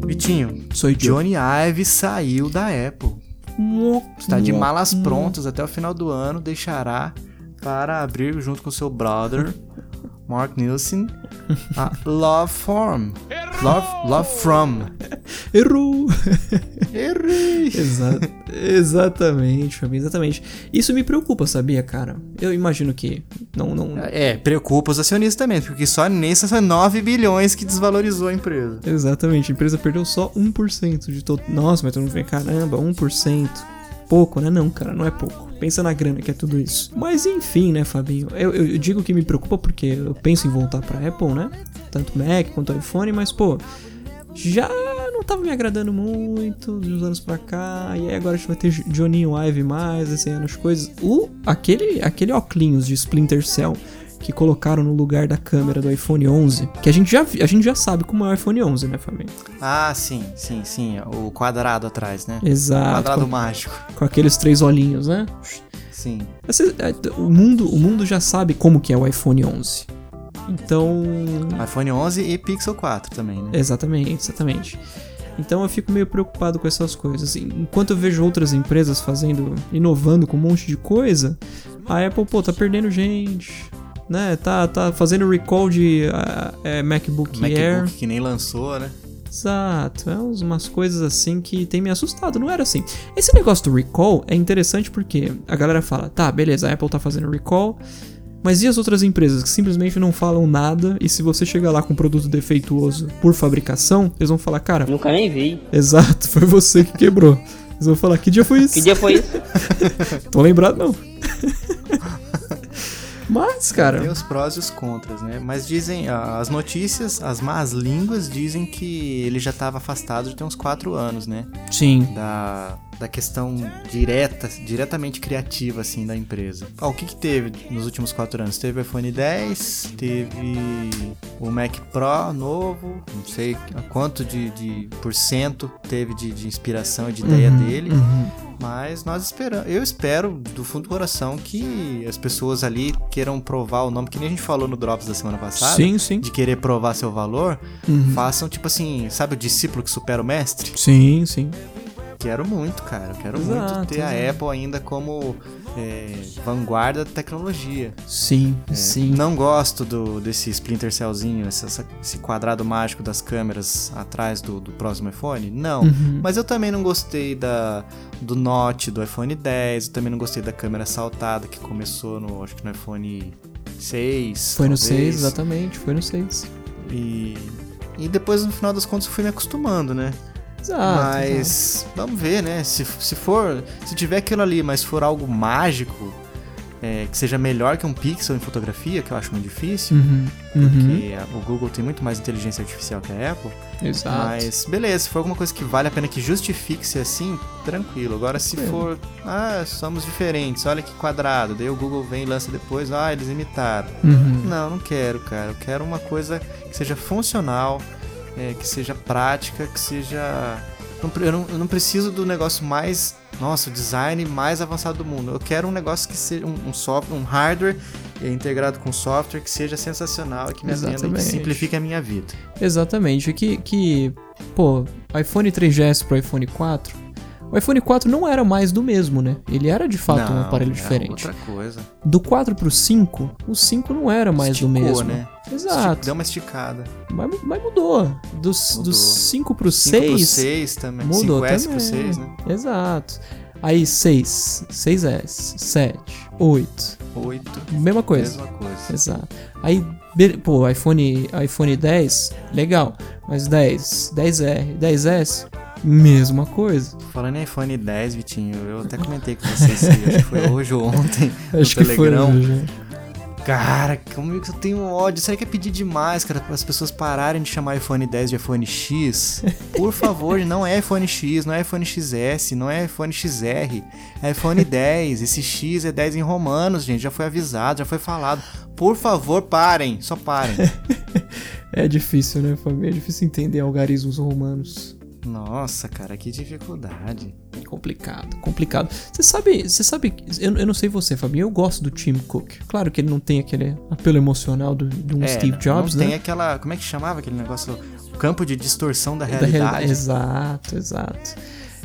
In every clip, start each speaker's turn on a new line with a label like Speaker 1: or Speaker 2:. Speaker 1: Direitinho.
Speaker 2: Sou idiota.
Speaker 1: Johnny Ive saiu da Apple. Está de malas prontas até o final do ano, deixará para abrir junto com seu brother Mark Nielsen a Love Form. Love, Love From.
Speaker 2: Errou!
Speaker 1: Errei.
Speaker 2: Exa- exatamente, Fabinho, exatamente. Isso me preocupa, sabia, cara? Eu imagino que. Não, não.
Speaker 1: É, preocupa os acionistas também, porque só nessa são 9 bilhões que desvalorizou a empresa.
Speaker 2: Exatamente, a empresa perdeu só 1% de todo. Nossa, mas todo mundo vem, caramba, 1%. Pouco, né? Não, cara, não é pouco. Pensa na grana que é tudo isso. Mas enfim, né, Fabinho? Eu, eu- eu digo que me preocupa porque eu penso em voltar pra Apple, né? Tanto Mac quanto iPhone, mas pô, já não tava me agradando muito de uns anos pra cá. E aí agora a gente vai ter Johnny Ive mais esse ano, as coisas. O, aquele, aquele óculos de Splinter Cell que colocaram no lugar da câmera do iPhone 11, que a gente já, vi- a gente já sabe como é o iPhone 11, né, Fabinho?
Speaker 1: Ah, sim, sim, sim. O quadrado atrás, né?
Speaker 2: Exato.
Speaker 1: Quadrado
Speaker 2: Com,
Speaker 1: mágico.
Speaker 2: com aqueles três olhinhos, né?
Speaker 1: Sim.
Speaker 2: Esse- é, o, mundo, o mundo já sabe como que é o iPhone 11. Então,
Speaker 1: iPhone 11 e Pixel 4 também, né?
Speaker 2: exatamente, exatamente. Então eu fico meio preocupado com essas coisas. Enquanto eu vejo outras empresas fazendo, inovando com um monte de coisa, a Apple, pô, tá perdendo gente, né? Tá, tá fazendo recall de ah, é, MacBook, Air.
Speaker 1: MacBook que nem lançou, né?
Speaker 2: Exato, é uns- umas coisas assim que tem me assustado, não era assim. Esse negócio do recall é interessante porque a galera fala, tá, beleza, a Apple tá fazendo recall, mas e as outras empresas que simplesmente não falam nada e se você chegar lá com um produto defeituoso por fabricação, eles vão falar, cara,
Speaker 3: Nunca nem vi.
Speaker 2: exato, foi você que quebrou. Eles vão falar, que dia foi isso?
Speaker 3: Que dia foi isso?
Speaker 2: Tô lembrado não. mas,
Speaker 1: Tem
Speaker 2: cara,
Speaker 1: os prós e os contras, né? Mas dizem, ah, as notícias, as más línguas dizem que ele já estava afastado de ter uns 4 anos, né?
Speaker 2: sim,
Speaker 1: Da, da questão direta, diretamente criativa, assim, da empresa. Ah, o que que teve nos últimos 4 anos? Teve o iPhone 10, teve o Mac Pro novo, não sei a quanto de, de por cento teve de, de inspiração e de ideia dele.
Speaker 2: uhum.
Speaker 1: Mas nós esperamos. Eu espero do fundo do coração que as pessoas ali queiram provar o nome, que nem a gente falou no Drops da semana passada.
Speaker 2: sim, sim,
Speaker 1: De querer provar seu valor,
Speaker 2: Uhum.
Speaker 1: façam tipo assim, sabe o discípulo que supera o mestre?
Speaker 2: sim, sim.
Speaker 1: Quero muito, cara. Eu Quero muito
Speaker 2: Exato,
Speaker 1: ter a
Speaker 2: exato.
Speaker 1: Apple ainda como é, vanguarda da tecnologia.
Speaker 2: Sim,
Speaker 1: É.
Speaker 2: sim.
Speaker 1: Não gosto do, desse Splinter Cellzinho, esse, essa- esse quadrado mágico das câmeras atrás do, do próximo iPhone. Não.
Speaker 2: Uhum.
Speaker 1: Mas eu também não gostei da, do Note do iPhone 10, eu também não gostei da câmera saltada que começou no, acho que no iPhone 6.
Speaker 2: Foi no
Speaker 1: talvez.
Speaker 2: 6, exatamente, foi no 6.
Speaker 1: E, e depois, no final das contas, eu fui me acostumando, né?
Speaker 2: Exato. exato.
Speaker 1: mas vamos ver, né? Se, se for, se tiver aquilo ali, mas for algo mágico, é, que seja melhor que um pixel em fotografia, que eu acho muito difícil,
Speaker 2: Uhum, uhum,
Speaker 1: porque a- o Google tem muito mais inteligência artificial que a Apple.
Speaker 2: Exato.
Speaker 1: Mas beleza, se for alguma coisa que vale a pena que justifique ser assim, tranquilo. Agora se
Speaker 2: É.
Speaker 1: for, ah, somos diferentes, olha que quadrado, daí o Google vem e lança depois, ah, eles imitaram.
Speaker 2: Uhum,
Speaker 1: Não, não quero, cara. Eu quero uma coisa que seja funcional, é, que seja prática, que seja. não pre- eu, não, eu não preciso do negócio mais. Nossa, o design mais avançado do mundo. Eu quero um negócio que seja um, um software, um hardware é, integrado com software que seja sensacional e que me atenda e que
Speaker 2: Exatamente.
Speaker 1: simplifique a minha vida.
Speaker 2: Exatamente. Que, que, pô, iPhone 3GS pro iPhone 4. O iPhone 4 não era mais do mesmo, né? Ele era de fato um
Speaker 1: Não,
Speaker 2: aparelho
Speaker 1: é
Speaker 2: diferente.
Speaker 1: Outra coisa.
Speaker 2: Do 4 pro 5, o 5 não era mais
Speaker 1: Esticou,
Speaker 2: do mesmo.
Speaker 1: né? Esti-
Speaker 2: Exato.
Speaker 1: Deu uma esticada.
Speaker 2: Mas, mas mudou. Do,
Speaker 1: Mudou.
Speaker 2: do 5 pro
Speaker 1: 5 pro
Speaker 2: 6.
Speaker 1: 6 também.
Speaker 2: Mudou
Speaker 1: 5S
Speaker 2: também.
Speaker 1: pro 6, né?
Speaker 2: Exato. Aí 6, 6S, 7, 8.
Speaker 1: 8.
Speaker 2: Mesma coisa.
Speaker 1: Mesma coisa.
Speaker 2: Exato. Aí, be- pô, iPhone, iPhone 10, legal. Mas 10, 10R, 10S, mesma coisa.
Speaker 1: Falando em iPhone 10, Vitinho, eu até comentei com você, se, acho que foi hoje ou ontem, no
Speaker 2: Acho que foi né,
Speaker 1: Telegram.
Speaker 2: hoje.
Speaker 1: Cara, como é que eu tenho ódio? Será que é pedir demais, cara, para as pessoas pararem de chamar iPhone 10 de iPhone X? Por favor, não é iPhone X, não é iPhone XS, não é iPhone XR, é iPhone 10. Esse X é 10 em romanos, gente, já foi avisado, já foi falado. Por favor, parem, só parem.
Speaker 2: É difícil, né, família? É difícil entender algarismos romanos.
Speaker 1: Nossa, cara, que dificuldade.
Speaker 2: É complicado, complicado. Você sabe, você sabe, eu, eu não sei você, Fabinho, eu gosto do Tim Cook. Claro que ele não tem aquele apelo emocional do, de um
Speaker 1: É,
Speaker 2: Steve
Speaker 1: não-
Speaker 2: Jobs,
Speaker 1: não
Speaker 2: né?
Speaker 1: Tem aquela. Como é que chamava aquele negócio? O campo de distorção da
Speaker 2: Da
Speaker 1: realidade.
Speaker 2: realidade. Exato, exato.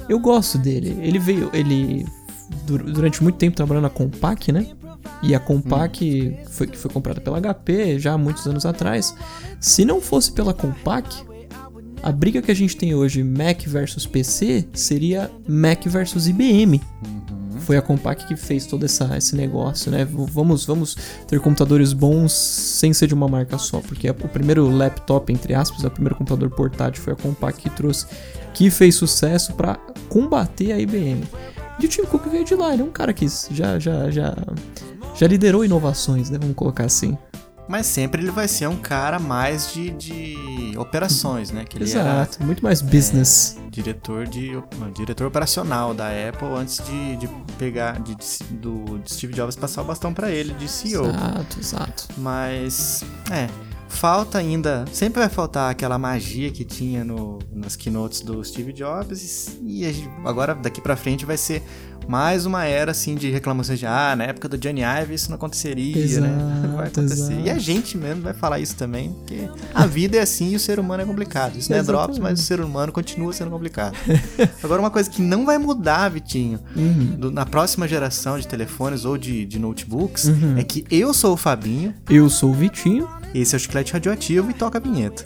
Speaker 2: Eu gosto dele. Ele veio, ele dur- durante muito tempo trabalhou na Compaq, né? E a Compaq foi que foi comprada pela HP já há muitos anos atrás. Se não fosse pela Compaq, a briga que a gente tem hoje, Mac versus PC, seria Mac versus IBM. Foi a Compaq que fez todo essa, esse negócio, né? V- Vamos, vamos ter computadores bons sem ser de uma marca só, porque a- o primeiro laptop, entre aspas, o primeiro computador portátil foi a Compaq que trouxe, que fez sucesso para combater a IBM. E o Tim Cook veio de lá, ele é um cara que já, já, já, já liderou inovações, né? Vamos colocar assim.
Speaker 1: Mas sempre ele vai ser um cara mais de, de operações, né? Que ele era
Speaker 2: Exato, muito mais business.
Speaker 1: diretor de não, diretor operacional da Apple antes de, de pegar de, de- do de Steve Jobs passar o bastão pra ele de CEO.
Speaker 2: Exato, exato.
Speaker 1: Mas é, falta ainda, sempre vai faltar aquela magia que tinha no, nas keynotes do Steve Jobs e a gente- agora daqui pra frente vai ser mais uma era assim de reclamações de ah, na época do Johnny Ive isso não aconteceria, né?
Speaker 2: Exato,
Speaker 1: Vai acontecer. E a
Speaker 2: exato.
Speaker 1: gente mesmo vai falar isso também, porque a vida é assim e o ser humano é complicado. Isso não é drops,
Speaker 2: Exatamente.
Speaker 1: mas o ser humano continua sendo complicado. agora uma coisa que não vai mudar, Vitinho,
Speaker 2: Uhum.
Speaker 1: do- na próxima geração de telefones ou de, de notebooks,
Speaker 2: Uhum.
Speaker 1: é que eu sou o Fabinho
Speaker 2: Eu sou o Vitinho.
Speaker 1: esse é o Chiclete Radioativo e toca a vinheta.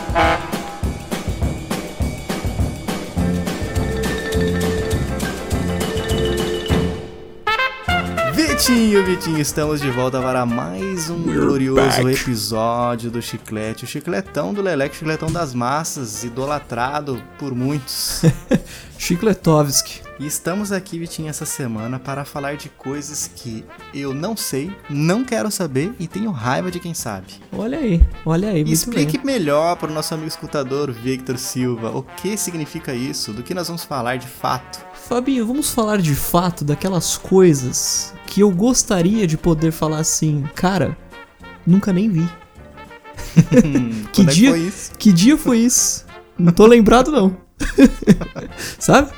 Speaker 1: Vitinho, Vitinho, estamos de volta para mais um glorioso episódio do Chiclete, o chicletão do Leleque, o chicletão das massas, idolatrado por muitos.
Speaker 2: Chicletovski.
Speaker 1: e estamos aqui, Vitinho, essa semana para falar de coisas que eu não sei, não quero saber e tenho raiva de quem sabe.
Speaker 2: Olha aí, olha aí.
Speaker 1: E
Speaker 2: muito
Speaker 1: explique
Speaker 2: bem.
Speaker 1: melhor para o nosso amigo escutador Victor Silva o que significa isso, do que nós vamos falar de fato.
Speaker 2: Fabinho, vamos falar de fato daquelas coisas que eu gostaria de poder falar assim, cara, nunca nem vi.
Speaker 1: Hum,
Speaker 2: Que
Speaker 1: quando é
Speaker 2: dia-
Speaker 1: foi isso?
Speaker 2: Que dia foi isso? Não tô lembrado, não. Sabe?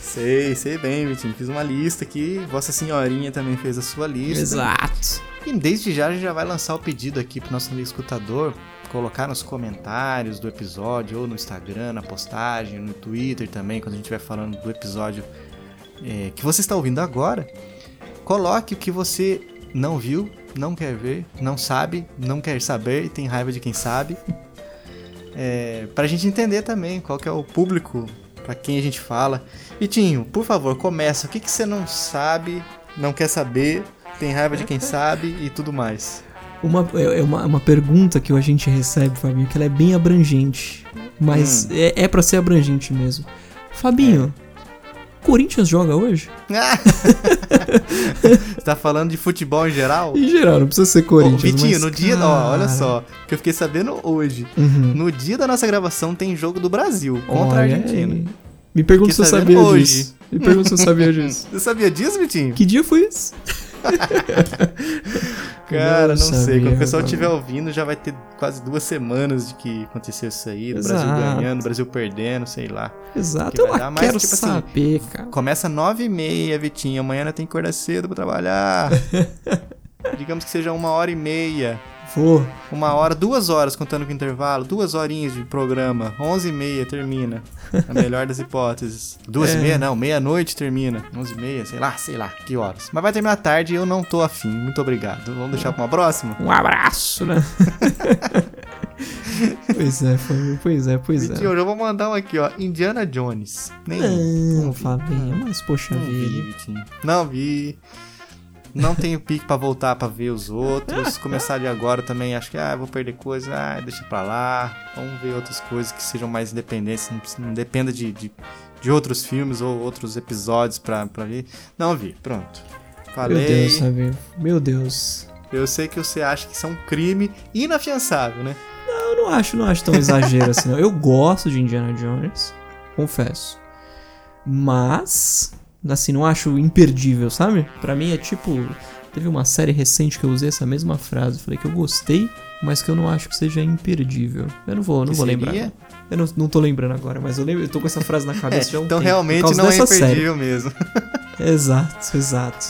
Speaker 1: Sei, sei bem, Vitinho. Fiz uma lista aqui. Vossa Senhorinha também fez a sua lista.
Speaker 2: Exato.
Speaker 1: E desde já a gente já vai lançar o pedido aqui pro nosso amigo escutador colocar nos comentários do episódio ou no Instagram, na postagem, no Twitter também, quando a gente estiver falando do episódio é, que você está ouvindo agora. Coloque o que você não viu, não quer ver, não sabe, não quer saber e tem raiva de quem sabe. É, pra gente entender também qual que é o público pra quem a gente fala. Vitinho, por favor, começa. O que, que você não sabe, não quer saber, tem raiva de quem sabe e tudo mais.
Speaker 2: Uma, é é uma, uma pergunta que a gente recebe, Fabinho, que ela é bem abrangente.
Speaker 1: Hum.
Speaker 2: Mas é, é para ser abrangente mesmo. Fabinho,
Speaker 1: É.
Speaker 2: Corinthians joga hoje?
Speaker 1: você tá falando de futebol em geral?
Speaker 2: Em geral, não precisa ser
Speaker 1: Ô,
Speaker 2: Corinthians.
Speaker 1: Vitinho,
Speaker 2: mas,
Speaker 1: no dia. Ó, olha
Speaker 2: cara,
Speaker 1: só, que eu fiquei sabendo hoje.
Speaker 2: Uhum.
Speaker 1: No dia da nossa gravação tem jogo do Brasil contra a
Speaker 2: Olha
Speaker 1: Argentina.
Speaker 2: aí. Me pergunta se
Speaker 1: Fiquei
Speaker 2: eu
Speaker 1: sabendo
Speaker 2: sabia
Speaker 1: hoje.
Speaker 2: disso. Me pergunta se eu sabia disso.
Speaker 1: Você sabia disso, Vitinho?
Speaker 2: Que dia foi isso?
Speaker 1: Cara, não, sei.
Speaker 2: sabia,
Speaker 1: Quando o pessoal
Speaker 2: mano.
Speaker 1: estiver ouvindo, já vai ter quase duas semanas de que aconteceu isso aí. Do Brasil
Speaker 2: Exato.
Speaker 1: ganhando, Brasil perdendo, sei lá.
Speaker 2: Exato,
Speaker 1: Que
Speaker 2: eu
Speaker 1: vai dar,
Speaker 2: lá
Speaker 1: mas,
Speaker 2: quero
Speaker 1: tipo assim,
Speaker 2: saber, cara.
Speaker 1: Começa nove e meia, Vitinho. Amanhã nós tem que acordar cedo pra trabalhar. Digamos que seja uma hora e meia.
Speaker 2: Vou.
Speaker 1: Uma hora, duas horas, contando com o intervalo. Duas horinhas de programa. Onze e meia termina. A melhor das hipóteses. Duas e
Speaker 2: É.
Speaker 1: meia, não. Meia-noite termina. Onze e meia, sei lá, sei lá. Que horas. Mas vai terminar tarde e eu não tô afim. Muito obrigado. Vamos deixar pra uma próxima?
Speaker 2: Um abraço, né? pois é, Fabinho, pois é, pois é.
Speaker 1: Vitinho, eu vou mandar um aqui, ó. Indiana Jones. Nem
Speaker 2: Não,
Speaker 1: vi.
Speaker 2: Fabinho, mas poxa
Speaker 1: Não vi,
Speaker 2: vida.
Speaker 1: Vitinho. Não vi. Não tenho pique pra voltar pra ver os outros. Começar de agora também, acho que ah, vou perder coisa, ah, deixa pra lá. Vamos ver outras coisas que sejam mais independentes, não, precisa- não dependa de, de, de outros filmes ou outros episódios pra, pra ver. Não vi, pronto.
Speaker 2: Meu
Speaker 1: Falei.
Speaker 2: Deus, Fabinho. Meu Deus.
Speaker 1: Eu sei que você acha que isso é um crime inafiançável, né?
Speaker 2: Eu não acho, não acho tão exagero assim, não. Eu gosto de Indiana Jones, confesso. Mas Assim, não acho imperdível, sabe? Pra mim é tipo. Teve uma série recente que eu usei essa mesma frase. Falei que eu gostei, mas que eu não acho que seja imperdível. Eu não vou, não
Speaker 1: Que
Speaker 2: vou
Speaker 1: seria?
Speaker 2: lembrar. Eu não, não tô lembrando agora, mas eu lembro, eu tô com essa frase na
Speaker 1: É,
Speaker 2: cabeça já há um
Speaker 1: então
Speaker 2: tempo, por
Speaker 1: realmente
Speaker 2: causa
Speaker 1: não é
Speaker 2: dessa série.
Speaker 1: imperdível mesmo.
Speaker 2: Exato, exato.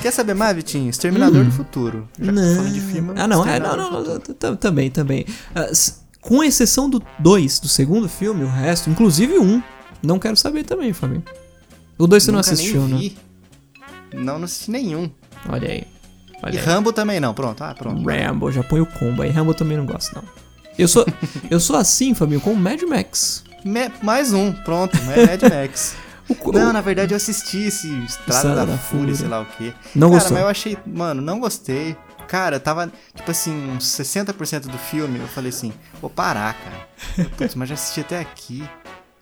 Speaker 1: Quer saber mais, Vitinho? Exterminador
Speaker 2: Hum.
Speaker 1: do Futuro. Já que tá falando de filme.
Speaker 2: Ah, não, é, não,
Speaker 1: Exterminador
Speaker 2: não,
Speaker 1: do
Speaker 2: não,
Speaker 1: Futuro.
Speaker 2: t- t- também, também. Ah, s- com exceção do 2, do segundo filme, o resto, inclusive um, não quero saber também, Fabinho. O 2 você não
Speaker 1: Nunca nem
Speaker 2: assistiu, né?
Speaker 1: vi. Não, não assisti nenhum.
Speaker 2: Olha aí.
Speaker 1: E
Speaker 2: Olha aí.
Speaker 1: Rambo também não. Pronto, ah, pronto.
Speaker 2: Rambo, já põe o combo aí. Rambo também não gosto, não. Eu sou, eu sou assim, Fabinho, com o Mad Max.
Speaker 1: Me- mais um, pronto. é Mad Max.
Speaker 2: O, co-
Speaker 1: não, na verdade eu assisti esse Estrada,
Speaker 2: Estrada
Speaker 1: da,
Speaker 2: da
Speaker 1: Fúria,
Speaker 2: Fúria.
Speaker 1: sei lá o quê.
Speaker 2: não
Speaker 1: Cara,
Speaker 2: gostou.
Speaker 1: mas eu achei... Mano, não gostei. Cara, tava, tipo assim, uns 60% do filme. Eu falei assim, vou parar, cara. Putz, mas já assisti até aqui.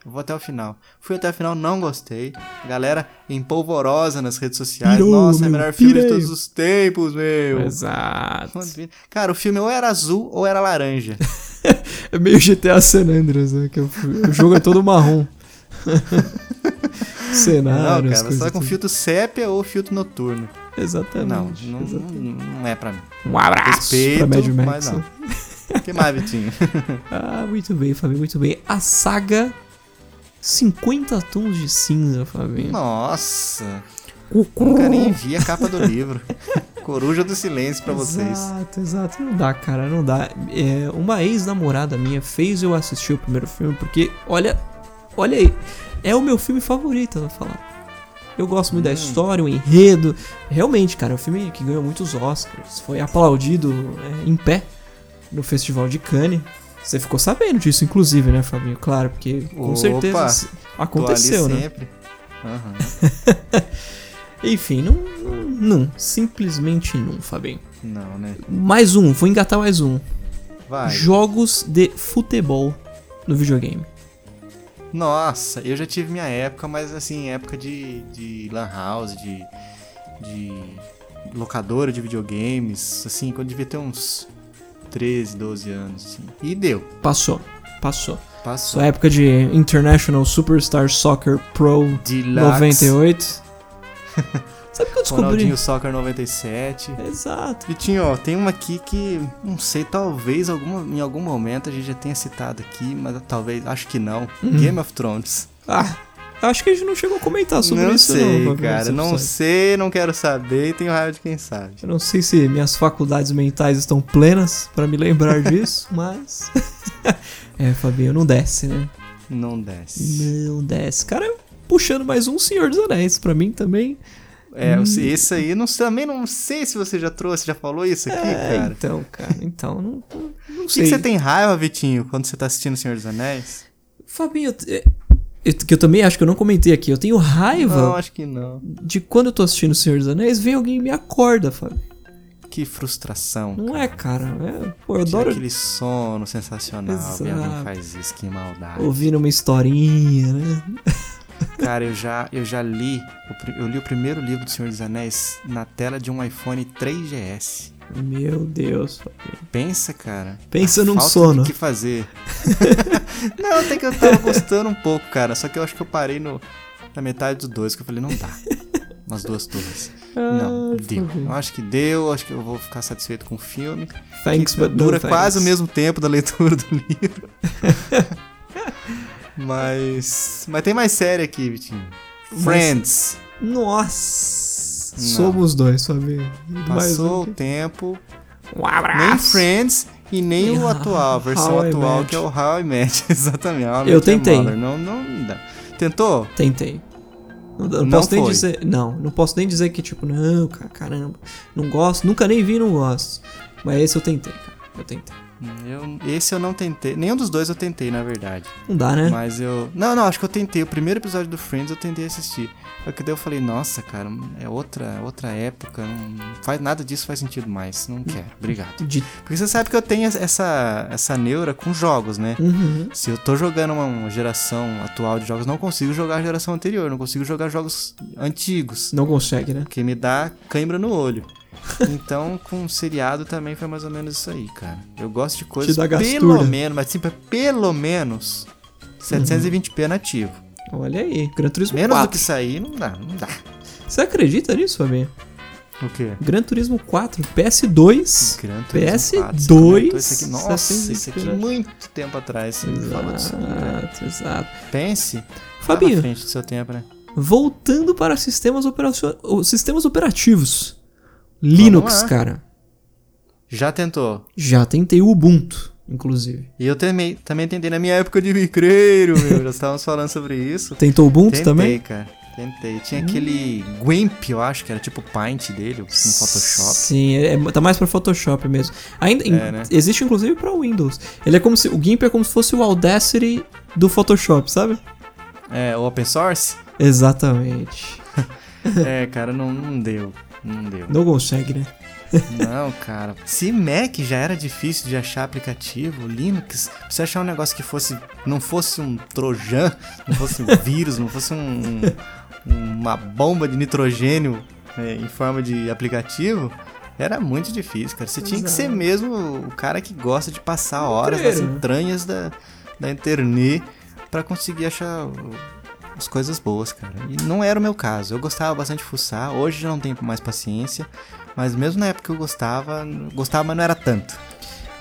Speaker 1: Eu vou até o final. Fui até o final, não gostei. A galera em polvorosa nas redes sociais.
Speaker 2: Pirou,
Speaker 1: Nossa, é o
Speaker 2: meu,
Speaker 1: melhor filme de
Speaker 2: pirei.
Speaker 1: todos os tempos, meu.
Speaker 2: Exato.
Speaker 1: Cara, o filme ou era azul ou era laranja.
Speaker 2: É meio GTA San Andreas, né? Que eu fui- o jogo é todo marrom.
Speaker 1: não,
Speaker 2: Cenário,
Speaker 1: cara,
Speaker 2: as coisas. assim.
Speaker 1: só com
Speaker 2: tudo.
Speaker 1: filtro sépia ou filtro noturno. Não,
Speaker 2: Exatamente.
Speaker 1: não,
Speaker 2: exatamente.
Speaker 1: não é pra mim.
Speaker 2: Um abraço
Speaker 1: Respeito,
Speaker 2: pra Mad Max. né?
Speaker 1: mas não. O que mais, Vitinho?
Speaker 2: Ah, muito bem, Fabinho, muito bem. A saga 50 Tons de Cinza, Fabinho.
Speaker 1: Nossa,
Speaker 2: Cucu.
Speaker 1: nunca nem vi a capa do livro. Coruja do Silêncio pra vocês.
Speaker 2: Exato, exato. Não dá, cara, não dá. É, uma ex-namorada minha fez eu assistir o primeiro filme, porque, olha, olha aí, é o meu filme favorito, eu vou falar. Eu gosto muito da
Speaker 1: Hum.
Speaker 2: história, o enredo. Realmente, cara, é um filme que ganhou muitos Oscars. Foi aplaudido é, em pé no Festival de Cannes. Você ficou sabendo disso, inclusive, né, Fabinho? Claro, porque com
Speaker 1: Opa,
Speaker 2: certeza se- aconteceu,
Speaker 1: Tô ali
Speaker 2: né?
Speaker 1: sempre. Aham.
Speaker 2: Enfim, não, não, não. Simplesmente não, Fabinho.
Speaker 1: Não, né?
Speaker 2: Mais um, vou engatar mais um.
Speaker 1: Vai.
Speaker 2: jogos de futebol no videogame.
Speaker 1: Nossa, eu já tive minha época, mas assim, época de, de lan house, de, de locadora de videogames, assim, quando eu devia ter uns 13, 12 anos, assim. E deu,
Speaker 2: Passou, passou.
Speaker 1: passou.
Speaker 2: Sua época de International Superstar Soccer Pro
Speaker 1: Deluxe,
Speaker 2: 98. Sabe o que eu descobri?
Speaker 1: Ronaldinho Soccer 97.
Speaker 2: Exato.
Speaker 1: Vitinho, ó, tem uma aqui que, não sei, talvez alguma, em algum momento a gente já tenha citado aqui, mas talvez, acho que não.
Speaker 2: Uhum.
Speaker 1: Game of Thrones.
Speaker 2: Ah, acho que a gente não chegou a comentar sobre
Speaker 1: não
Speaker 2: isso
Speaker 1: sei,
Speaker 2: não, Fabinho,
Speaker 1: cara,
Speaker 2: você
Speaker 1: não
Speaker 2: sabe.
Speaker 1: sei, não quero saber e tenho raiva de quem sabe.
Speaker 2: Eu não sei se minhas faculdades mentais estão plenas pra me lembrar disso, mas É, Fabinho, não desce, né?
Speaker 1: Não desce.
Speaker 2: Não desce. Cara, puxando mais um Senhor dos Anéis pra mim também.
Speaker 1: É, você-
Speaker 2: Hum.
Speaker 1: esse aí, não, sei- também não sei se você já trouxe, já falou isso aqui,
Speaker 2: É,
Speaker 1: cara.
Speaker 2: então, cara, então, não, não- não
Speaker 1: Por que
Speaker 2: sei.
Speaker 1: que você tem raiva, Vitinho, quando você tá assistindo O Senhor dos Anéis?
Speaker 2: Fabinho, eu te- eu- que eu também acho que eu não comentei aqui, eu tenho
Speaker 1: Não, é-
Speaker 2: raiva
Speaker 1: acho que não.
Speaker 2: de quando eu tô assistindo O Senhor dos Anéis, vem alguém e me acorda, Fábio.
Speaker 1: Que frustração.
Speaker 2: Não é, cara, é, pô, eu
Speaker 1: Tira
Speaker 2: adoro
Speaker 1: aquele sono sensacional.
Speaker 2: Exato.
Speaker 1: Minha mãe faz isso, que maldade.
Speaker 2: ouvindo uma historinha, né?
Speaker 1: Cara, eu já, eu já li, o pri- eu li o primeiro livro do Senhor dos Anéis na tela de um iPhone 3GS.
Speaker 2: Meu Deus, Fabinho.
Speaker 1: Pensa, cara.
Speaker 2: Pensa
Speaker 1: a
Speaker 2: num
Speaker 1: falta
Speaker 2: sono.
Speaker 1: O que fazer? não, até que eu tava gostando um pouco, cara. Só que eu acho que eu parei no, na metade dos dois, que eu falei, não dá. Umas duas turmas. Não,
Speaker 2: Ah,
Speaker 1: deu.
Speaker 2: Fabinho.
Speaker 1: Eu acho que deu, acho que eu vou ficar satisfeito com o filme.
Speaker 2: Thanks,
Speaker 1: que
Speaker 2: but no
Speaker 1: dura
Speaker 2: thanks.
Speaker 1: quase o mesmo tempo da leitura do livro. mas. Mas tem mais série aqui, Vitinho.
Speaker 2: Mas-
Speaker 1: Friends.
Speaker 2: Nossa,
Speaker 1: Não.
Speaker 2: somos dois, Fabinho. Mais
Speaker 1: Passou
Speaker 2: um.
Speaker 1: o tempo.
Speaker 2: Um
Speaker 1: Nem
Speaker 2: abraço.
Speaker 1: Friends e nem
Speaker 2: Nem
Speaker 1: o
Speaker 2: How-
Speaker 1: atual, a versão
Speaker 2: How I
Speaker 1: atual,
Speaker 2: Met.
Speaker 1: que é o How I Met. Exatamente. How I Met
Speaker 2: Eu
Speaker 1: Your
Speaker 2: tentei.
Speaker 1: Mother. Não, não dá. Tentou?
Speaker 2: Tentei. Não, não
Speaker 1: Não
Speaker 2: posso nem
Speaker 1: foi.
Speaker 2: dizer. Não, não posso nem dizer que, tipo, não, cara, caramba. Não gosto, nunca nem vi, não gosto. Mas esse eu tentei, cara. Eu tentei.
Speaker 1: Eu- esse eu não tentei. Nenhum dos dois eu tentei, na verdade.
Speaker 2: Não dá, né?
Speaker 1: Mas eu. Não, não, acho que eu tentei. O primeiro episódio do Friends eu tentei assistir. Só que daí eu falei, nossa, cara, é outra, outra época. Não faz, nada disso faz sentido mais. Não quero. Obrigado.
Speaker 2: De...
Speaker 1: Porque você sabe que eu tenho essa, essa neura com jogos, né?
Speaker 2: Uhum.
Speaker 1: Se eu tô jogando uma- uma geração atual de jogos, não consigo jogar a geração anterior, não consigo jogar jogos antigos,
Speaker 2: Não consegue, né?
Speaker 1: porque me dá cãibra no olho. Então, com o seriado também foi mais ou menos isso aí, cara. Eu gosto de coisas tipo,
Speaker 2: dá gastura.
Speaker 1: é pelo menos, mas assim, pelo menos 720p nativo.
Speaker 2: Olha aí, Gran Turismo
Speaker 1: Menos do
Speaker 2: 4.
Speaker 1: que sair, não dá, não dá.
Speaker 2: Você acredita nisso, Fabinho?
Speaker 1: O quê?
Speaker 2: Gran Turismo 4, PS2.
Speaker 1: Gran Turismo 4, você
Speaker 2: PS2.
Speaker 1: comentou Isso aqui. Nossa, isso aqui muito tempo atrás. Você me falou disso. né?
Speaker 2: Exato, exato.
Speaker 1: Pense. Tá na
Speaker 2: Fabinho,
Speaker 1: frente do seu tempo, né?
Speaker 2: voltando para sistemas, operacio... o- sistemas operativos. Linux,
Speaker 1: lá.
Speaker 2: cara.
Speaker 1: Já tentou.
Speaker 2: Já tentei o Ubuntu, inclusive.
Speaker 1: E eu também, também tentei na minha época de micreiro, meu. Já estávamos falando sobre isso.
Speaker 2: Tentou o Ubuntu
Speaker 1: Tentei,
Speaker 2: também?
Speaker 1: cara. Tentei. Tinha aquele Gwimp, eu acho, que era tipo o Paint dele, no Photoshop.
Speaker 2: Sim, é, é- tá mais pra Photoshop mesmo. Ainda in-
Speaker 1: É, né?
Speaker 2: existe inclusive pra Windows. Ele é como se o GIMP é como se fosse o Audacity do Photoshop, sabe?
Speaker 1: É, o open source?
Speaker 2: Exatamente.
Speaker 1: é, cara, não, não deu. Não deu.
Speaker 2: Não consegue, né?
Speaker 1: Não, cara. Se Mac já era difícil de achar aplicativo, Linux, pra você achar um negócio que fosse. não fosse um trojan, não fosse um vírus, não fosse um, um- uma bomba de nitrogênio é, em forma de aplicativo. Era muito difícil, cara. Você tinha que ser
Speaker 2: Exato.
Speaker 1: mesmo o cara que gosta de passar horas nas
Speaker 2: Micreiro, né?
Speaker 1: entranhas da, da internet pra conseguir achar o- as coisas boas, cara. E não era o meu caso. Eu gostava bastante de fuçar. Hoje já não tenho mais paciência. Mas mesmo na época que eu gostava, gostava, mas não era tanto.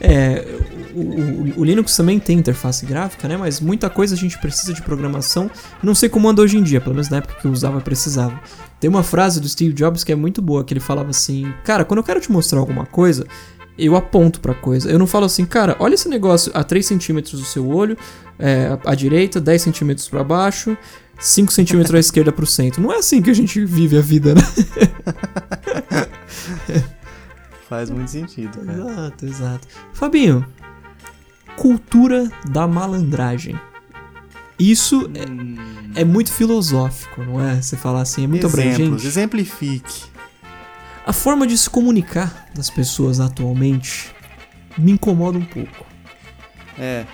Speaker 2: É, o, o- o Linux também tem interface gráfica, né? Mas muita coisa a gente precisa de programação. Não sei como anda hoje em dia, pelo menos na época que eu usava, precisava. Tem uma frase do Steve Jobs que é muito boa, que ele falava assim: Cara, quando eu quero te mostrar alguma coisa, eu aponto pra coisa. Eu não falo assim, cara, olha esse negócio a 3 centímetros do seu olho, é, à direita, 10 centímetros pra baixo, 5 centímetros à esquerda pro centro. Não é assim que a gente vive a vida, né?
Speaker 1: Faz muito sentido, cara.
Speaker 2: Exato, exato. Fabinho, cultura da malandragem. Isso
Speaker 1: Hum,
Speaker 2: é muito filosófico, não é? Você falar assim, é muito
Speaker 1: exemplos,
Speaker 2: abrangente.
Speaker 1: exemplifique.
Speaker 2: A forma de se comunicar das pessoas atualmente me incomoda um pouco.
Speaker 1: É.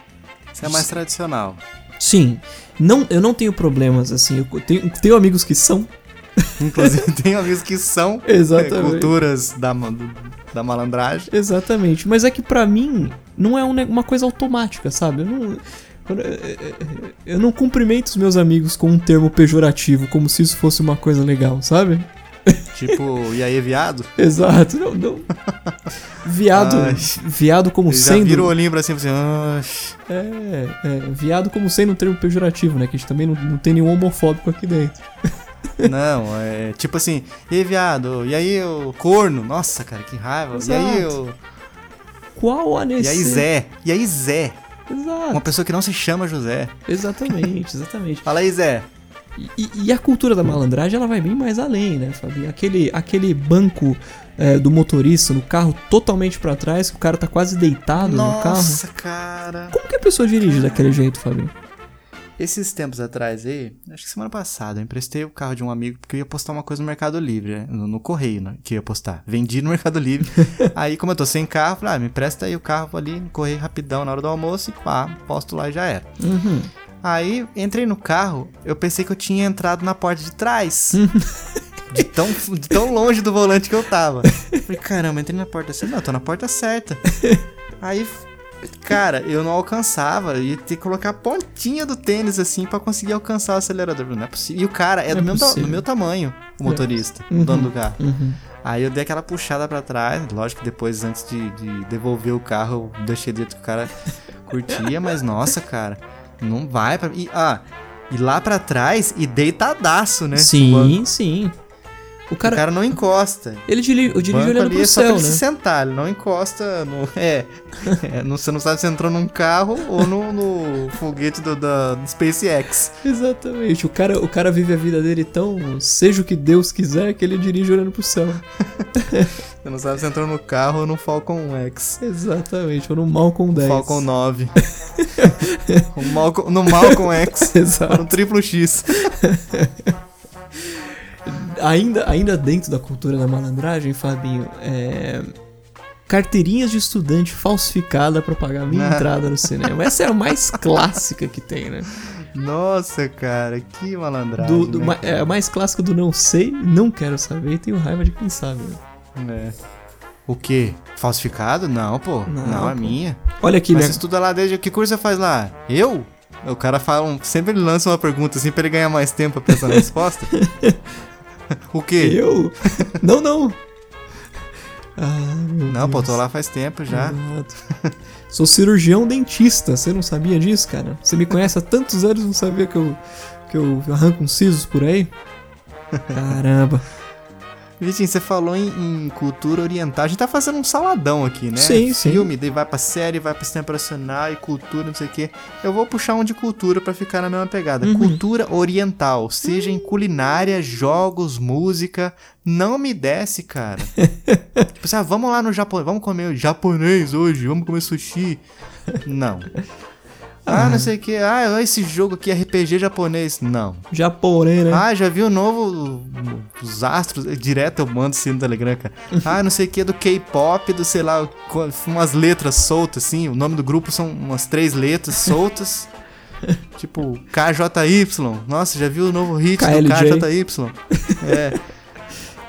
Speaker 1: Isso é mais tradicional.
Speaker 2: Sim, não, eu não tenho problemas assim. Eu tenho, tenho amigos que são.
Speaker 1: Inclusive, tem amigos que são é, culturas da, ma- do- da malandragem.
Speaker 2: Exatamente, mas é que pra mim não é um ne- uma coisa automática, sabe? Eu não, quando- é- é- é- eu não cumprimento os meus amigos com um termo pejorativo, como se isso fosse uma coisa legal, sabe?
Speaker 1: Tipo, e aí, viado?
Speaker 2: Exato, não, não. Viado,
Speaker 1: Ai.
Speaker 2: viado como
Speaker 1: Ele já
Speaker 2: sendo.
Speaker 1: vira o olhinho pra cima e fala assim, "Ah,
Speaker 2: É, é, viado como sendo um termo pejorativo, né? Que a gente também não, não tem nenhum homofóbico aqui dentro.
Speaker 1: não, é tipo assim, e aí, viado? E aí, o corno? Nossa, cara, que raiva. E aí,
Speaker 2: Exato.
Speaker 1: o...
Speaker 2: Qual a
Speaker 1: E aí,
Speaker 2: necessidade?
Speaker 1: Zé? E aí, Zé? Uma
Speaker 2: Exato,
Speaker 1: pessoa que não se chama José.
Speaker 2: exatamente, exatamente.
Speaker 1: Fala aí, Zé.
Speaker 2: E- E, e a cultura da malandragem ela vai bem mais além, né, Fabinho? Aquele, aquele banco é, do motorista no carro totalmente pra trás, que o cara tá quase deitado no carro.
Speaker 1: Nossa, cara.
Speaker 2: Como que a pessoa dirige daquele jeito, Fabinho?
Speaker 1: Esses tempos atrás aí, acho que semana passada, eu emprestei o carro de um amigo porque eu ia postar uma coisa no Mercado Livre, né? no, no correio, né? Que eu ia postar. Vendi no Mercado Livre. aí, como eu tô sem carro, eu falei, ah, me empresta aí o carro vou ali no correio rapidão na hora do almoço e pá, posto lá e já era.
Speaker 2: Uhum.
Speaker 1: Aí, entrei no carro, eu pensei que eu tinha entrado na porta de trás. De tão, de tão longe do volante que eu tava. Falei, caramba, entrei na porta certa. Não, eu tô na porta certa. Aí, cara, eu não alcançava. Eu ia ter que colocar a pontinha do tênis assim pra conseguir alcançar o acelerador. Falei, Não é possível. E o cara é do,
Speaker 2: Não é
Speaker 1: meu, ta-
Speaker 2: possível.
Speaker 1: do meu tamanho, o motorista,
Speaker 2: Uhum.
Speaker 1: o dono do carro.
Speaker 2: Uhum.
Speaker 1: Aí eu dei aquela puxada pra trás. Lógico que depois, antes de, de devolver o carro, eu deixei do jeito que o cara curtia, mas nossa, cara, não vai pra. E, ah, e lá pra trás e deitadaço, né?
Speaker 2: Sim, sim. O
Speaker 1: O
Speaker 2: cara,
Speaker 1: cara não encosta.
Speaker 2: ele diri- eu dirijo
Speaker 1: Banco
Speaker 2: olhando
Speaker 1: ali
Speaker 2: pro
Speaker 1: é só pra
Speaker 2: céu,
Speaker 1: ele se
Speaker 2: né?
Speaker 1: sentar, ele não encosta no. É. É, não, você não sabe se entrou num carro ou no, no foguete do, da do SpaceX.
Speaker 2: Exatamente. O cara, o cara vive a vida dele tão, seja o que Deus quiser, que ele dirige olhando pro céu.
Speaker 1: Você não sabe se entrou no carro ou no Falcon X.
Speaker 2: Exatamente. Ou no Malcolm 10.
Speaker 1: Falcon 9. O Malcolm- no Malcolm X.
Speaker 2: Exato.
Speaker 1: Tá No triplo X.
Speaker 2: ainda, ainda dentro da cultura da malandragem, Fabinho, é... carteirinhas de estudante falsificada pra pagar a minha
Speaker 1: Ah.
Speaker 2: entrada no cinema. Essa é a mais clássica que tem, né?
Speaker 1: Nossa, cara, que malandragem.
Speaker 2: Do, do,
Speaker 1: né,
Speaker 2: ma-
Speaker 1: cara?
Speaker 2: é a mais clássica do não sei, não quero saber e tenho raiva de quem sabe. né?
Speaker 1: É. O quê? Falsificado? Não, pô.
Speaker 2: Não,
Speaker 1: Não, é
Speaker 2: pô.
Speaker 1: minha.
Speaker 2: Olha aqui, né?
Speaker 1: Mas
Speaker 2: minha...
Speaker 1: você estuda lá desde. Que curso você faz lá? Eu? O cara fala. um- Sempre ele lança uma pergunta assim pra ele ganhar mais tempo pra pensar na resposta. o quê?
Speaker 2: Eu? não, não. Ah, meu
Speaker 1: Não, pô,
Speaker 2: Deus.
Speaker 1: tô lá faz tempo já.
Speaker 2: Exato. Sou cirurgião dentista, você não sabia disso, cara? Você me conhece há tantos anos e não sabia que eu, que eu arranco uns sisos por aí? Caramba.
Speaker 1: Vitinho, você falou em, em cultura oriental. A gente tá fazendo um saladão aqui, né?
Speaker 2: Sim, sim.
Speaker 1: Filme, daí vai pra série, vai pra cinema profissional e cultura, não sei o quê. Eu vou puxar um de cultura pra ficar na mesma pegada.
Speaker 2: Uhum.
Speaker 1: Cultura oriental, seja em culinária, jogos, música. Não me desce, cara. tipo assim, ah, vamos lá no Japão, vamos comer japonês hoje, vamos comer sushi. Não. Ah, não sei o que. Ah, esse jogo aqui, RPG japonês. Não.
Speaker 2: Japorém, né?
Speaker 1: Ah, já vi o novo. Os astros. é, Direto eu mando assim no Telegram, cara. Ah, não sei o que do K-pop, do sei lá, co- umas letras soltas, assim. O nome do grupo são umas três letras soltas. tipo, KJY. Nossa, já vi o novo hit do
Speaker 2: KLJ.
Speaker 1: KJY. É.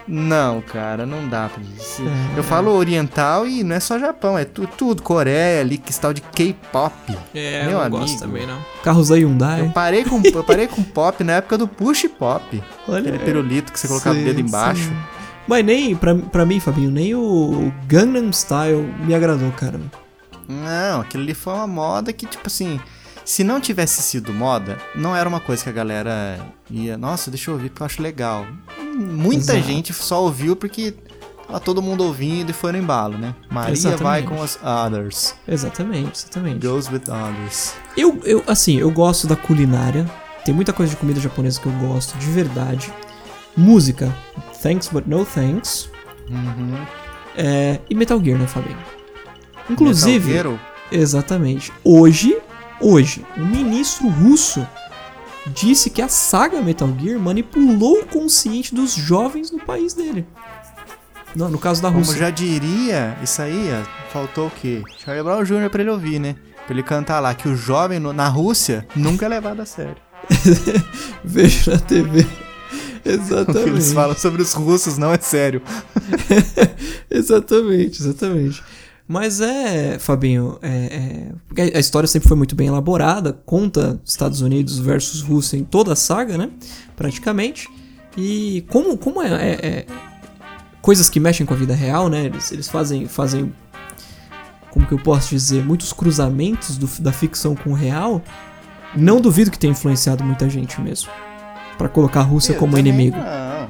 Speaker 1: Não, cara, não dá pra isso. Eu falo oriental e não é só Japão, é tu- tudo. Coreia ali, que tal de K-pop.
Speaker 2: É,
Speaker 1: eu Meu não gosto amigo. também,
Speaker 2: não. Carros da
Speaker 1: Eu
Speaker 2: Hyundai.
Speaker 1: parei com eu parei com pop na época do push pop.
Speaker 2: Olha,
Speaker 1: Aquele pirulito que você colocava o dedo
Speaker 2: sim,
Speaker 1: embaixo.
Speaker 2: sim. É. Mas nem, pra, pra mim, Fabinho, nem o Gangnam Style me agradou, cara.
Speaker 1: Não, aquilo ali foi uma moda que, tipo assim, se não tivesse sido moda, não era uma coisa que a galera ia, nossa, deixa eu ouvir porque eu acho legal. Hum, Muita
Speaker 2: Exato.
Speaker 1: gente só ouviu porque tava todo mundo ouvindo e foi no embalo, né? Maria vai
Speaker 2: Exatamente.
Speaker 1: com as others.
Speaker 2: Exatamente, exatamente.
Speaker 1: Goes with others.
Speaker 2: Eu, eu, assim, eu gosto da culinária. Tem muita coisa de comida japonesa que eu gosto, de verdade. Música, thanks but no thanks.
Speaker 1: Uhum.
Speaker 2: É, e Metal Gear, né, Fabinho? Inclusive,
Speaker 1: Metal Hero,
Speaker 2: exatamente. Hoje, hoje, um ministro russo disse que a saga Metal Gear manipulou o consciente dos jovens no país dele. Não, no caso da
Speaker 1: como
Speaker 2: Rússia.
Speaker 1: já diria, isso aí, ó, faltou o quê? Charlie Brown Jr. pra ele ouvir, né? Pra ele cantar lá que o jovem no- na Rússia nunca é levado a sério.
Speaker 2: Vejo na TV.
Speaker 1: O que
Speaker 2: Exatamente.
Speaker 1: eles falam sobre os russos não é sério.
Speaker 2: exatamente, exatamente. Mas é, Fabinho, é, é, porque a história sempre foi muito bem elaborada, conta Estados Unidos versus Rússia em toda a saga, né? Praticamente. E como, como é, é- é- coisas que mexem com a vida real, né? Eles, eles fazem, fazem, como que eu posso dizer, muitos cruzamentos do- da ficção com o real. Não duvido que tenha influenciado muita gente mesmo. Pra colocar a Rússia
Speaker 1: Eu
Speaker 2: como
Speaker 1: também
Speaker 2: inimigo.
Speaker 1: Não.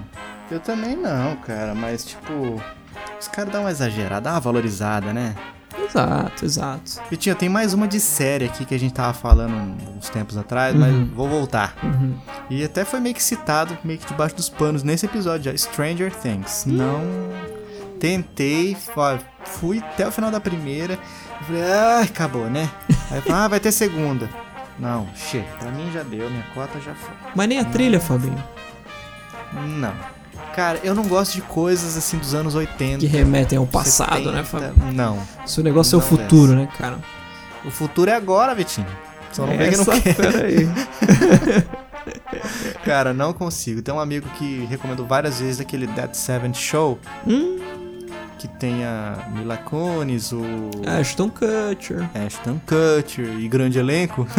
Speaker 1: Eu também não, cara, mas tipo. Os caras dão uma exagerada, dá uma valorizada, né?
Speaker 2: Exato, exato.
Speaker 1: Vitinho, tem mais uma de série aqui que a gente tava falando uns tempos atrás, mas
Speaker 2: Uhum.
Speaker 1: vou voltar.
Speaker 2: Uhum.
Speaker 1: E até foi meio que citado, meio que debaixo dos panos nesse episódio já. Stranger Things. Não tentei, fa- fui até o final da primeira. e Falei, ah, acabou, né? Aí eu falei, ah, vai ter segunda. Não, chega, pra mim já deu, minha cota já foi.
Speaker 2: Mas nem a trilha, Fabinho,
Speaker 1: Não. Cara, eu não gosto de coisas assim dos anos 80.
Speaker 2: que remetem ao passado,
Speaker 1: 70.
Speaker 2: né, Fabinho?
Speaker 1: Não.
Speaker 2: Seu negócio é o
Speaker 1: Não
Speaker 2: futuro, né, cara? É
Speaker 1: O futuro é agora, Vitinho. Só não vê que não
Speaker 2: Essa-
Speaker 1: quer.
Speaker 2: peraí.
Speaker 1: Cara, não consigo. Tem um amigo que recomendou várias vezes aquele Dead Seventh Show.
Speaker 2: Hum.
Speaker 1: Que tem a Mila Kunis, o
Speaker 2: Ashton Ah, Kutcher.
Speaker 1: Ashton Kutcher e grande elenco.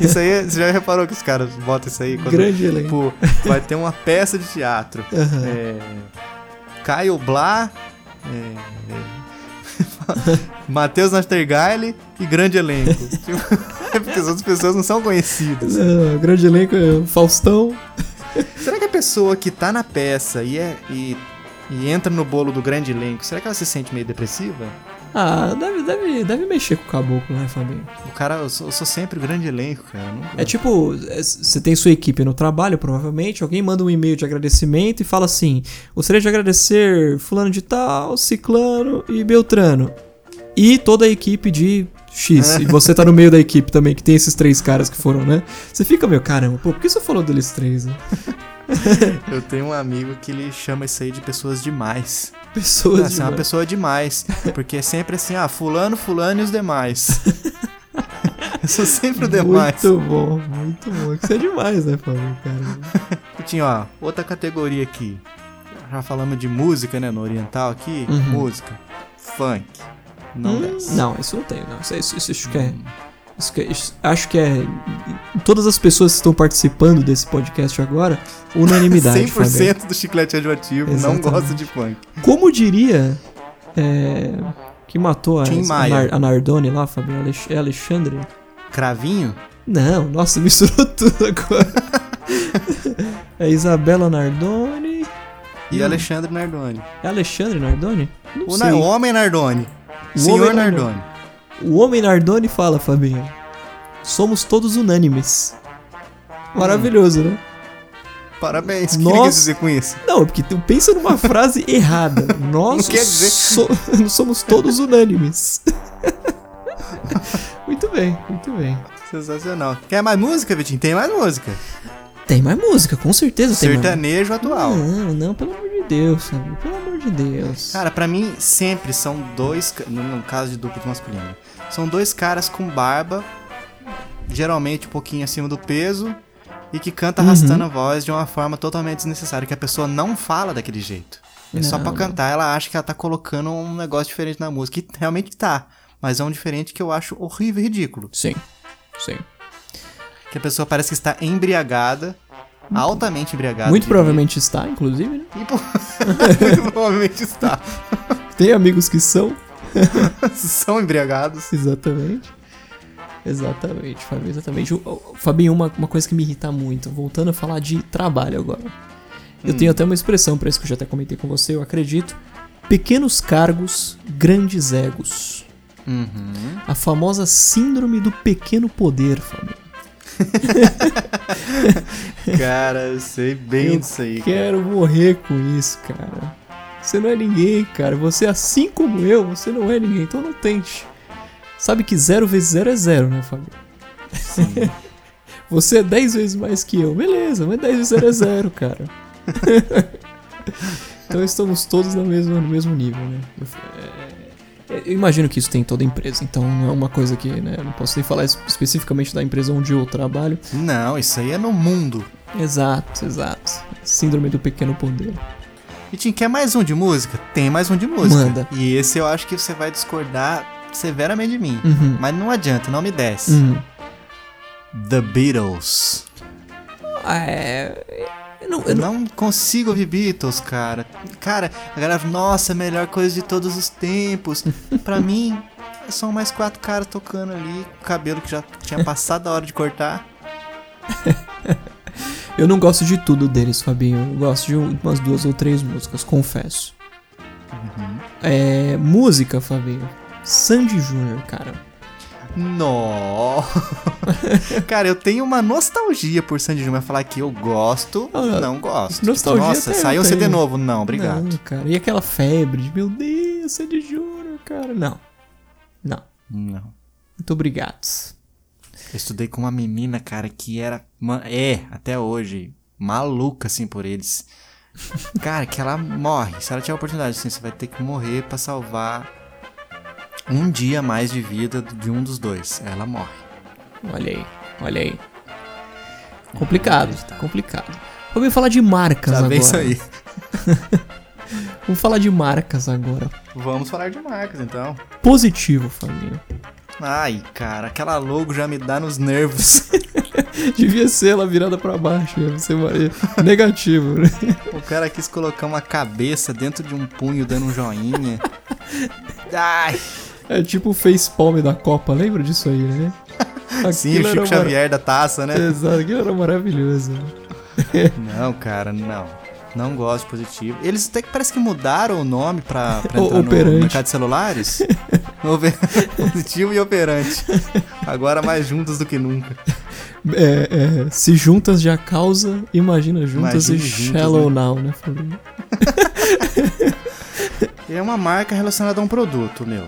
Speaker 1: isso aí, você já reparou que os caras botam isso aí quando
Speaker 2: Grande elenco.
Speaker 1: tipo, vai ter uma peça de teatro.
Speaker 2: Aham.
Speaker 1: É, Caio Blá, é, é, Matheus Nastergaile e grande elenco. Tipo, é porque as outras pessoas não são conhecidas.
Speaker 2: Não, grande elenco é o Faustão.
Speaker 1: Será que a pessoa que tá na peça e, é- e- e entra no bolo do grande elenco, será que ela se sente meio depressiva?
Speaker 2: Ah, deve, deve, deve mexer com o caboclo, né, Fabinho?
Speaker 1: O cara, eu sou, eu sou sempre o grande elenco, cara. não-
Speaker 2: É tipo, é, s- você tem sua equipe no trabalho, provavelmente, alguém manda um e-mail de agradecimento e fala assim: gostaria de agradecer fulano de tal, ciclano e Beltrano. E toda a equipe de X.
Speaker 1: É.
Speaker 2: E você tá no meio da equipe também, que tem esses três caras que foram, né? Você fica meio, caramba, pô, por que você falou deles três, né?
Speaker 1: Eu tenho um amigo que ele chama isso aí de pessoas demais. Ah, você é
Speaker 2: Pessoas
Speaker 1: uma
Speaker 2: demais.
Speaker 1: pessoa demais. Porque é sempre assim, ah, fulano, fulano e os demais. Eu sou sempre o demais.
Speaker 2: Muito bom, muito bom. Isso é demais, né, Fábio? Cara?
Speaker 1: E Tinha, ó, outra categoria aqui. Já falamos de música, né? No oriental aqui.
Speaker 2: Uhum.
Speaker 1: Música. Funk. Não
Speaker 2: Hum,
Speaker 1: desce.
Speaker 2: Não, isso não tem, não. Isso, isso, isso acho que é isso que- isso- acho que é. Todas as pessoas que estão participando desse podcast agora, unanimidade.
Speaker 1: 100%
Speaker 2: Fabiano.
Speaker 1: do chiclete radioativo
Speaker 2: Exatamente.
Speaker 1: não gosta de punk.
Speaker 2: Como diria. é, que matou a,
Speaker 1: Tim
Speaker 2: a,
Speaker 1: Maia.
Speaker 2: Nar- a Nardone lá, Fabiano? Alex- é Alexandre?
Speaker 1: Cravinho?
Speaker 2: Não, nossa, misturou tudo agora. é Isabela Nardoni.
Speaker 1: E Alexandre Nardoni.
Speaker 2: É Alexandre Nardoni? Não
Speaker 1: O,
Speaker 2: sei.
Speaker 1: na- o homem Nardoni.
Speaker 2: O
Speaker 1: Senhor
Speaker 2: homem Nardoni.
Speaker 1: Nardoni.
Speaker 2: O homem Nardoni fala, Fabinho. Somos todos unânimes. Maravilhoso, né?
Speaker 1: Parabéns. O que
Speaker 2: Nós-
Speaker 1: ele quis dizer com isso?
Speaker 2: Não, porque tu pensa numa frase errada. Nós
Speaker 1: Não quer dizer.
Speaker 2: so- somos todos unânimes. muito bem, muito bem.
Speaker 1: Sensacional. Quer mais música, Vitinho? Tem mais música.
Speaker 2: Tem mais música, com certeza tem mais.
Speaker 1: Sertanejo atual.
Speaker 2: Não, não, pelo amor de Deus, sabe? Pelo amor de Deus.
Speaker 1: Cara, pra mim sempre são dois, ca- no no caso de dupla masculina, são dois caras com barba, geralmente um pouquinho acima do peso, e que canta
Speaker 2: Uhum.
Speaker 1: arrastando a voz de uma forma totalmente desnecessária, que a pessoa não fala daquele jeito. É só
Speaker 2: Não,
Speaker 1: pra
Speaker 2: não.
Speaker 1: cantar, ela acha que ela tá colocando um negócio diferente na música, e realmente tá, mas é um diferente que eu acho horrível e ridículo.
Speaker 2: Sim, sim.
Speaker 1: Que a pessoa parece que está embriagada, altamente embriagada.
Speaker 2: Uhum. Muito
Speaker 1: diria,
Speaker 2: provavelmente está, inclusive, né?
Speaker 1: E po- muito provavelmente está.
Speaker 2: Tem amigos que são.
Speaker 1: São embriagados.
Speaker 2: Exatamente. Exatamente, Fabinho, exatamente. O- o- Fabinho, uma, uma coisa que me irrita muito, voltando a falar de trabalho agora. Eu tenho até uma expressão pra isso que eu já até comentei com você, eu acredito. Pequenos cargos, grandes egos.
Speaker 1: Uhum.
Speaker 2: A famosa síndrome do pequeno poder, Fabinho.
Speaker 1: Cara, eu sei bem
Speaker 2: Eu
Speaker 1: disso aí. cara.
Speaker 2: Quero morrer com isso, cara. Você não é ninguém, cara. Você, assim como eu, você não é ninguém, então não tente. Sabe que zero vezes zero é zero, né, Fabinho?
Speaker 1: Sim.
Speaker 2: Você é 10 vezes mais que eu. Beleza, mas 10 vezes 0 é 0, cara. então estamos todos no mesmo, no mesmo nível, né? Eu, é, eu imagino que isso tem em toda empresa, então não é uma coisa que, né? eu Não posso nem falar es- especificamente da empresa onde eu trabalho.
Speaker 1: Não, isso aí é no mundo.
Speaker 2: Exato, exato. Síndrome do pequeno poder.
Speaker 1: E Tim, quer mais um de música? Tem mais um de música.
Speaker 2: Manda.
Speaker 1: E esse eu acho que você vai discordar severamente de mim.
Speaker 2: Uhum.
Speaker 1: Mas não adianta, não me desce.
Speaker 2: Hum.
Speaker 1: The Beatles.
Speaker 2: É. Eu não, eu
Speaker 1: Eu
Speaker 2: não-
Speaker 1: não consigo ouvir Beatles, cara. Cara, a galera, nossa, melhor coisa de todos os tempos. pra mim, são mais quatro caras tocando ali, com o cabelo que já tinha passado a hora de cortar.
Speaker 2: eu não gosto de tudo deles, Fabinho. Eu gosto de um- umas duas ou três músicas, confesso.
Speaker 1: Uhum.
Speaker 2: É. Música, Fabinho. Sandy Júnior, cara.
Speaker 1: Nó. Cara, eu tenho uma nostalgia por Sandy Júnior. Falar que eu gosto,
Speaker 2: Ah,
Speaker 1: não gosto.
Speaker 2: nostalgia
Speaker 1: Nossa,
Speaker 2: até eu
Speaker 1: saiu CD
Speaker 2: tenho.
Speaker 1: novo. Não, obrigado.
Speaker 2: Não, cara. E aquela febre de, meu Deus, Sandy Júnior, cara. Não. Não.
Speaker 1: Não.
Speaker 2: Muito obrigado.
Speaker 1: Eu estudei com uma menina, cara, que era. ma- É, até hoje. Maluca, assim, por eles. Cara, que ela morre. Se ela tiver a oportunidade, assim, você vai ter que morrer pra salvar um dia a mais de vida de um dos dois. Ela morre.
Speaker 2: Olha aí, olha aí. Complicado,
Speaker 1: Inacreditável.
Speaker 2: complicado. Vamos falar de marcas
Speaker 1: Tá
Speaker 2: agora.
Speaker 1: bem isso aí.
Speaker 2: Vamos falar de marcas agora.
Speaker 1: Vamos falar de marcas, então.
Speaker 2: Positivo, família.
Speaker 1: Ai, cara, aquela logo já me dá nos nervos.
Speaker 2: Devia ser ela virada pra baixo, né? ia ser maneiro. negativo, né?
Speaker 1: O cara quis colocar uma cabeça dentro de um punho dando um joinha. Ai,
Speaker 2: É tipo o facepalm da Copa, lembra disso aí, né?
Speaker 1: sim, o
Speaker 2: Aquilo era
Speaker 1: Chico
Speaker 2: mar-
Speaker 1: Xavier da taça, né?
Speaker 2: Exato, aquilo era maravilhoso. É.
Speaker 1: Não, cara, não. Não gosto de positivo. Eles até que parece que mudaram o nome pra, pra
Speaker 2: O-
Speaker 1: entrar
Speaker 2: operante.
Speaker 1: no mercado de celulares. Ope- positivo e operante. Agora mais juntos do que nunca.
Speaker 2: É, é, se juntas já causa, imagina juntas
Speaker 1: Imagine
Speaker 2: e
Speaker 1: juntas,
Speaker 2: shallow now, né, família?
Speaker 1: É uma marca relacionada a um produto, meu.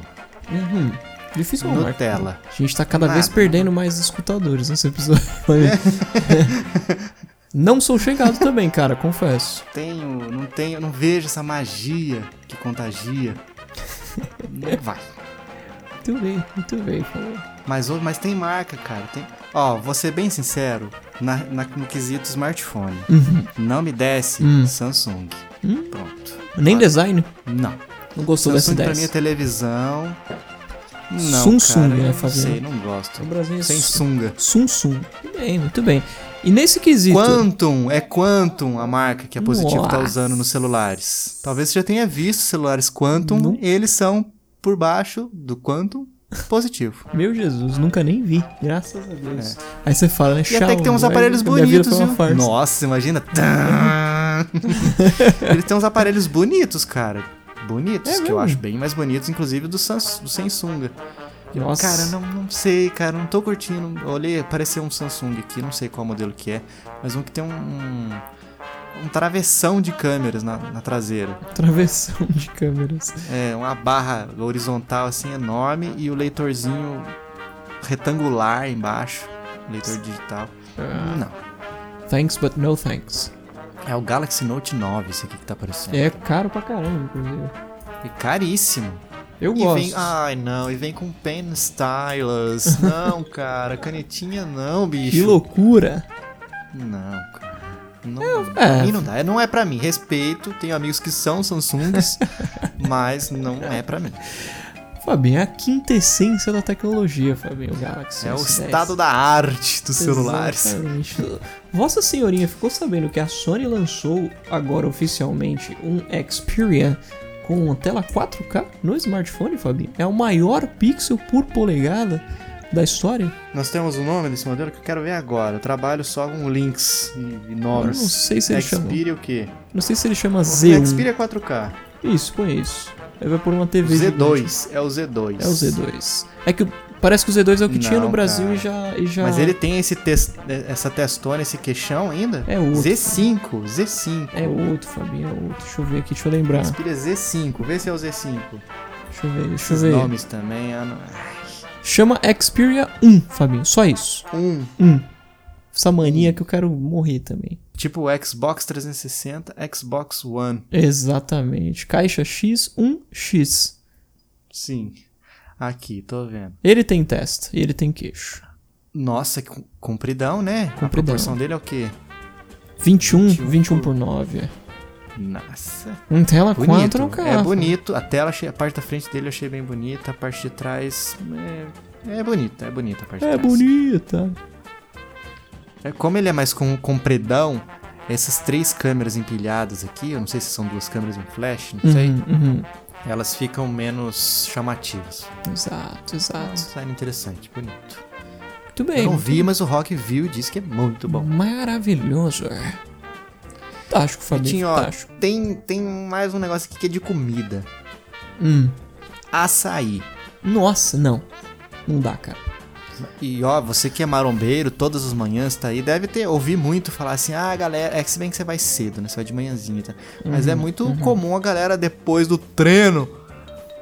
Speaker 2: Uhum. Difícil uma marca.
Speaker 1: Nutella. Ah,
Speaker 2: A gente tá cada vez
Speaker 1: Nada.
Speaker 2: perdendo mais escutadores né? nesse episódio. Não sou chegado também, cara, confesso.
Speaker 1: Tenho, não tenho, não vejo essa magia que contagia. Não vai.
Speaker 2: Muito bem, muito bem, família.
Speaker 1: Mas, ô, mas tem marca, cara. Tem... Ó, vou ser bem sincero, na, na- no quesito smartphone.
Speaker 2: Uhum.
Speaker 1: Não me desce
Speaker 2: Hum.
Speaker 1: Samsung.
Speaker 2: Hum.
Speaker 1: Pronto.
Speaker 2: Nem
Speaker 1: Ah.
Speaker 2: design.
Speaker 1: Não.
Speaker 2: Não gostou
Speaker 1: Samsung
Speaker 2: dessa
Speaker 1: pra mim é
Speaker 2: ideia.
Speaker 1: televisão. Não,
Speaker 2: Samsung,
Speaker 1: cara,
Speaker 2: né,
Speaker 1: eu não
Speaker 2: Fabiano?
Speaker 1: sei, não gosto.
Speaker 2: O Brasil é
Speaker 1: Sem
Speaker 2: Su-
Speaker 1: sunga.
Speaker 2: Samsung. Muito bem, muito bem. E nesse quesito.
Speaker 1: Quantum, é Quantum a marca que a Positivo tá
Speaker 2: Nossa.
Speaker 1: usando nos celulares. Talvez você já tenha visto celulares Quantum,
Speaker 2: Não.
Speaker 1: eles são por baixo do Quantum Positivo.
Speaker 2: Meu Jesus, nunca nem vi. Graças a Deus. Aí você fala, né?
Speaker 1: É. E até que tem uns aparelhos
Speaker 2: é
Speaker 1: bonitos, viu? Nossa, imagina. Tã! Eles têm uns aparelhos bonitos, cara. Bonitos,
Speaker 2: É
Speaker 1: que eu
Speaker 2: mesmo?
Speaker 1: acho bem mais bonitos, inclusive do, Sans, do Samsung.
Speaker 2: Nossa.
Speaker 1: Cara, não, não sei, cara, não tô curtindo. Eu Olhei, apareceu um Samsung aqui, não sei qual modelo que é, mas um que tem um. um travessão de câmeras na, na traseira.
Speaker 2: Travessão de câmeras.
Speaker 1: É, uma barra horizontal assim enorme e o leitorzinho retangular embaixo. Leitor digital.
Speaker 2: É.
Speaker 1: Não.
Speaker 2: Thanks, but no thanks.
Speaker 1: É o Galaxy Note 9 esse aqui que tá aparecendo.
Speaker 2: É caro pra caramba, inclusive.
Speaker 1: É caríssimo.
Speaker 2: Eu
Speaker 1: e
Speaker 2: gosto.
Speaker 1: vem, ai não, e vem com pen stylus. não, cara, canetinha não, bicho.
Speaker 2: que loucura.
Speaker 1: Não, cara. Não,
Speaker 2: é.
Speaker 1: pra mim não dá. Não é pra mim. Respeito, tenho amigos que são Samsungs, mas não é pra mim.
Speaker 2: Fabinho, é a quintessência da tecnologia, Fabinho. O Galaxy
Speaker 1: É o
Speaker 2: S10.
Speaker 1: estado da arte dos celulares.
Speaker 2: Exatamente. Vossa Senhorinha ficou sabendo que a Sony lançou agora oficialmente um Xperia com tela 4K no smartphone, Fabinho? É o maior pixel por polegada da história?
Speaker 1: Nós temos o nome desse modelo que eu quero ver agora. Eu trabalho só com links e, e
Speaker 2: Eu não
Speaker 1: nomes.
Speaker 2: sei se ele chama.
Speaker 1: Xperia o quê?
Speaker 2: Não sei se ele chama Z1.
Speaker 1: Xperia 4K.
Speaker 2: Isso, conheço. Aí vai por uma TV. gigante.
Speaker 1: Z2, é o Z2.
Speaker 2: É o Z2. É que o- parece que o Z2 é o que tinha
Speaker 1: Não,
Speaker 2: no Brasil
Speaker 1: cara.
Speaker 2: e já, e já.
Speaker 1: Mas ele tem esse tes- essa testona, esse queixão ainda?
Speaker 2: É outro.
Speaker 1: Z5, Z5.
Speaker 2: É outro, Fabinho, é outro. Deixa eu ver aqui, deixa eu lembrar.
Speaker 1: Xperia Z5, vê se é o Z5.
Speaker 2: Deixa eu ver, deixa eu
Speaker 1: Esses
Speaker 2: ver.
Speaker 1: nomes também. ah, não-
Speaker 2: Chama Xperia 1, Fabinho. Só isso.
Speaker 1: Um,
Speaker 2: 1. Essa mania que eu quero morrer também.
Speaker 1: tipo Xbox 360, Xbox One.
Speaker 2: Exatamente. Caixa X1X.
Speaker 1: Sim. Aqui, tô vendo.
Speaker 2: Ele tem testa e ele tem queixo.
Speaker 1: Nossa, que compridão, né? A
Speaker 2: Compridão.
Speaker 1: proporção dele é o quê?
Speaker 2: 21, 21,
Speaker 1: 21
Speaker 2: por 9.
Speaker 1: Nossa.
Speaker 2: Um tela
Speaker 1: Bonito.
Speaker 2: 4 cara.
Speaker 1: é bonito. A tela, achei- a parte da frente dele eu achei bem bonita. A parte de trás. É, é bonita, é bonita a parte de
Speaker 2: É
Speaker 1: trás.
Speaker 2: bonita.
Speaker 1: É, como ele é mais com compridão, essas três câmeras empilhadas aqui, eu não sei se são duas câmeras e um flash, não sei,
Speaker 2: Uhum,
Speaker 1: elas ficam menos chamativas.
Speaker 2: uhum. Exato,
Speaker 1: É um
Speaker 2: exato.
Speaker 1: design interessante, bonito.
Speaker 2: Muito bem.
Speaker 1: Eu não
Speaker 2: muito
Speaker 1: vi, mas o Rock viu e disse que é muito bom.
Speaker 2: Maravilhoso. Fantástico, Fabinho.
Speaker 1: Vitinho, ó,
Speaker 2: Fantástico.
Speaker 1: tem, tem mais um negócio aqui que é de comida.
Speaker 2: Hum.
Speaker 1: Açaí.
Speaker 2: Nossa, não. Não dá, cara.
Speaker 1: E ó, você que é marombeiro, todas as manhãs tá aí, deve ter ouvir muito falar assim: ah, galera, é que se bem que você vai cedo, né? Você vai de manhãzinha, tá? Mas
Speaker 2: Uhum,
Speaker 1: é muito comum a galera depois do treino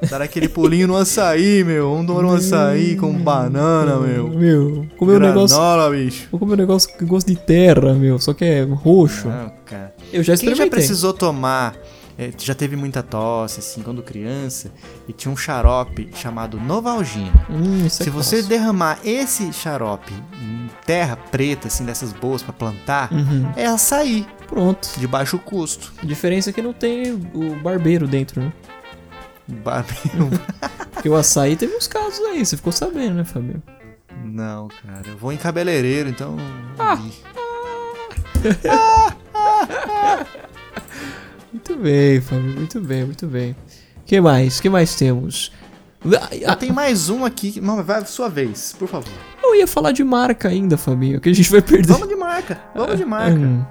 Speaker 1: dar aquele pulinho no açaí, meu. Vamos tomar um açaí com banana, meu.
Speaker 2: Meu, comer um negócio.
Speaker 1: Granola, bicho.
Speaker 2: Vou comer um negócio com gosto de terra, meu. Só que é roxo.
Speaker 1: Não, cara.
Speaker 2: Eu já
Speaker 1: Quem
Speaker 2: experimentei.
Speaker 1: já precisou tomar, é, já teve muita tosse, assim, quando criança, e tinha um xarope chamado Novalgina.
Speaker 2: Hum, isso é
Speaker 1: Se você
Speaker 2: clássico.
Speaker 1: derramar esse xarope em terra preta, assim, dessas boas pra plantar,
Speaker 2: Uhum.
Speaker 1: é açaí,
Speaker 2: Pronto.
Speaker 1: de baixo custo.
Speaker 2: A diferença é que não tem o barbeiro dentro, né?
Speaker 1: Ba-
Speaker 2: Porque o açaí teve uns casos aí, você ficou sabendo, né, Fabinho?
Speaker 1: Não, cara, eu vou em cabeleireiro, então.
Speaker 2: Muito bem, Fabinho, muito bem, muito bem. que mais? que mais temos? Ah,
Speaker 1: Ah, tem mais um aqui. que- Não, vai sua vez, por favor.
Speaker 2: eu ia falar de marca ainda, Fabinho, que a gente vai perder.
Speaker 1: Vamos de marca, vamos de marca.
Speaker 2: Hum.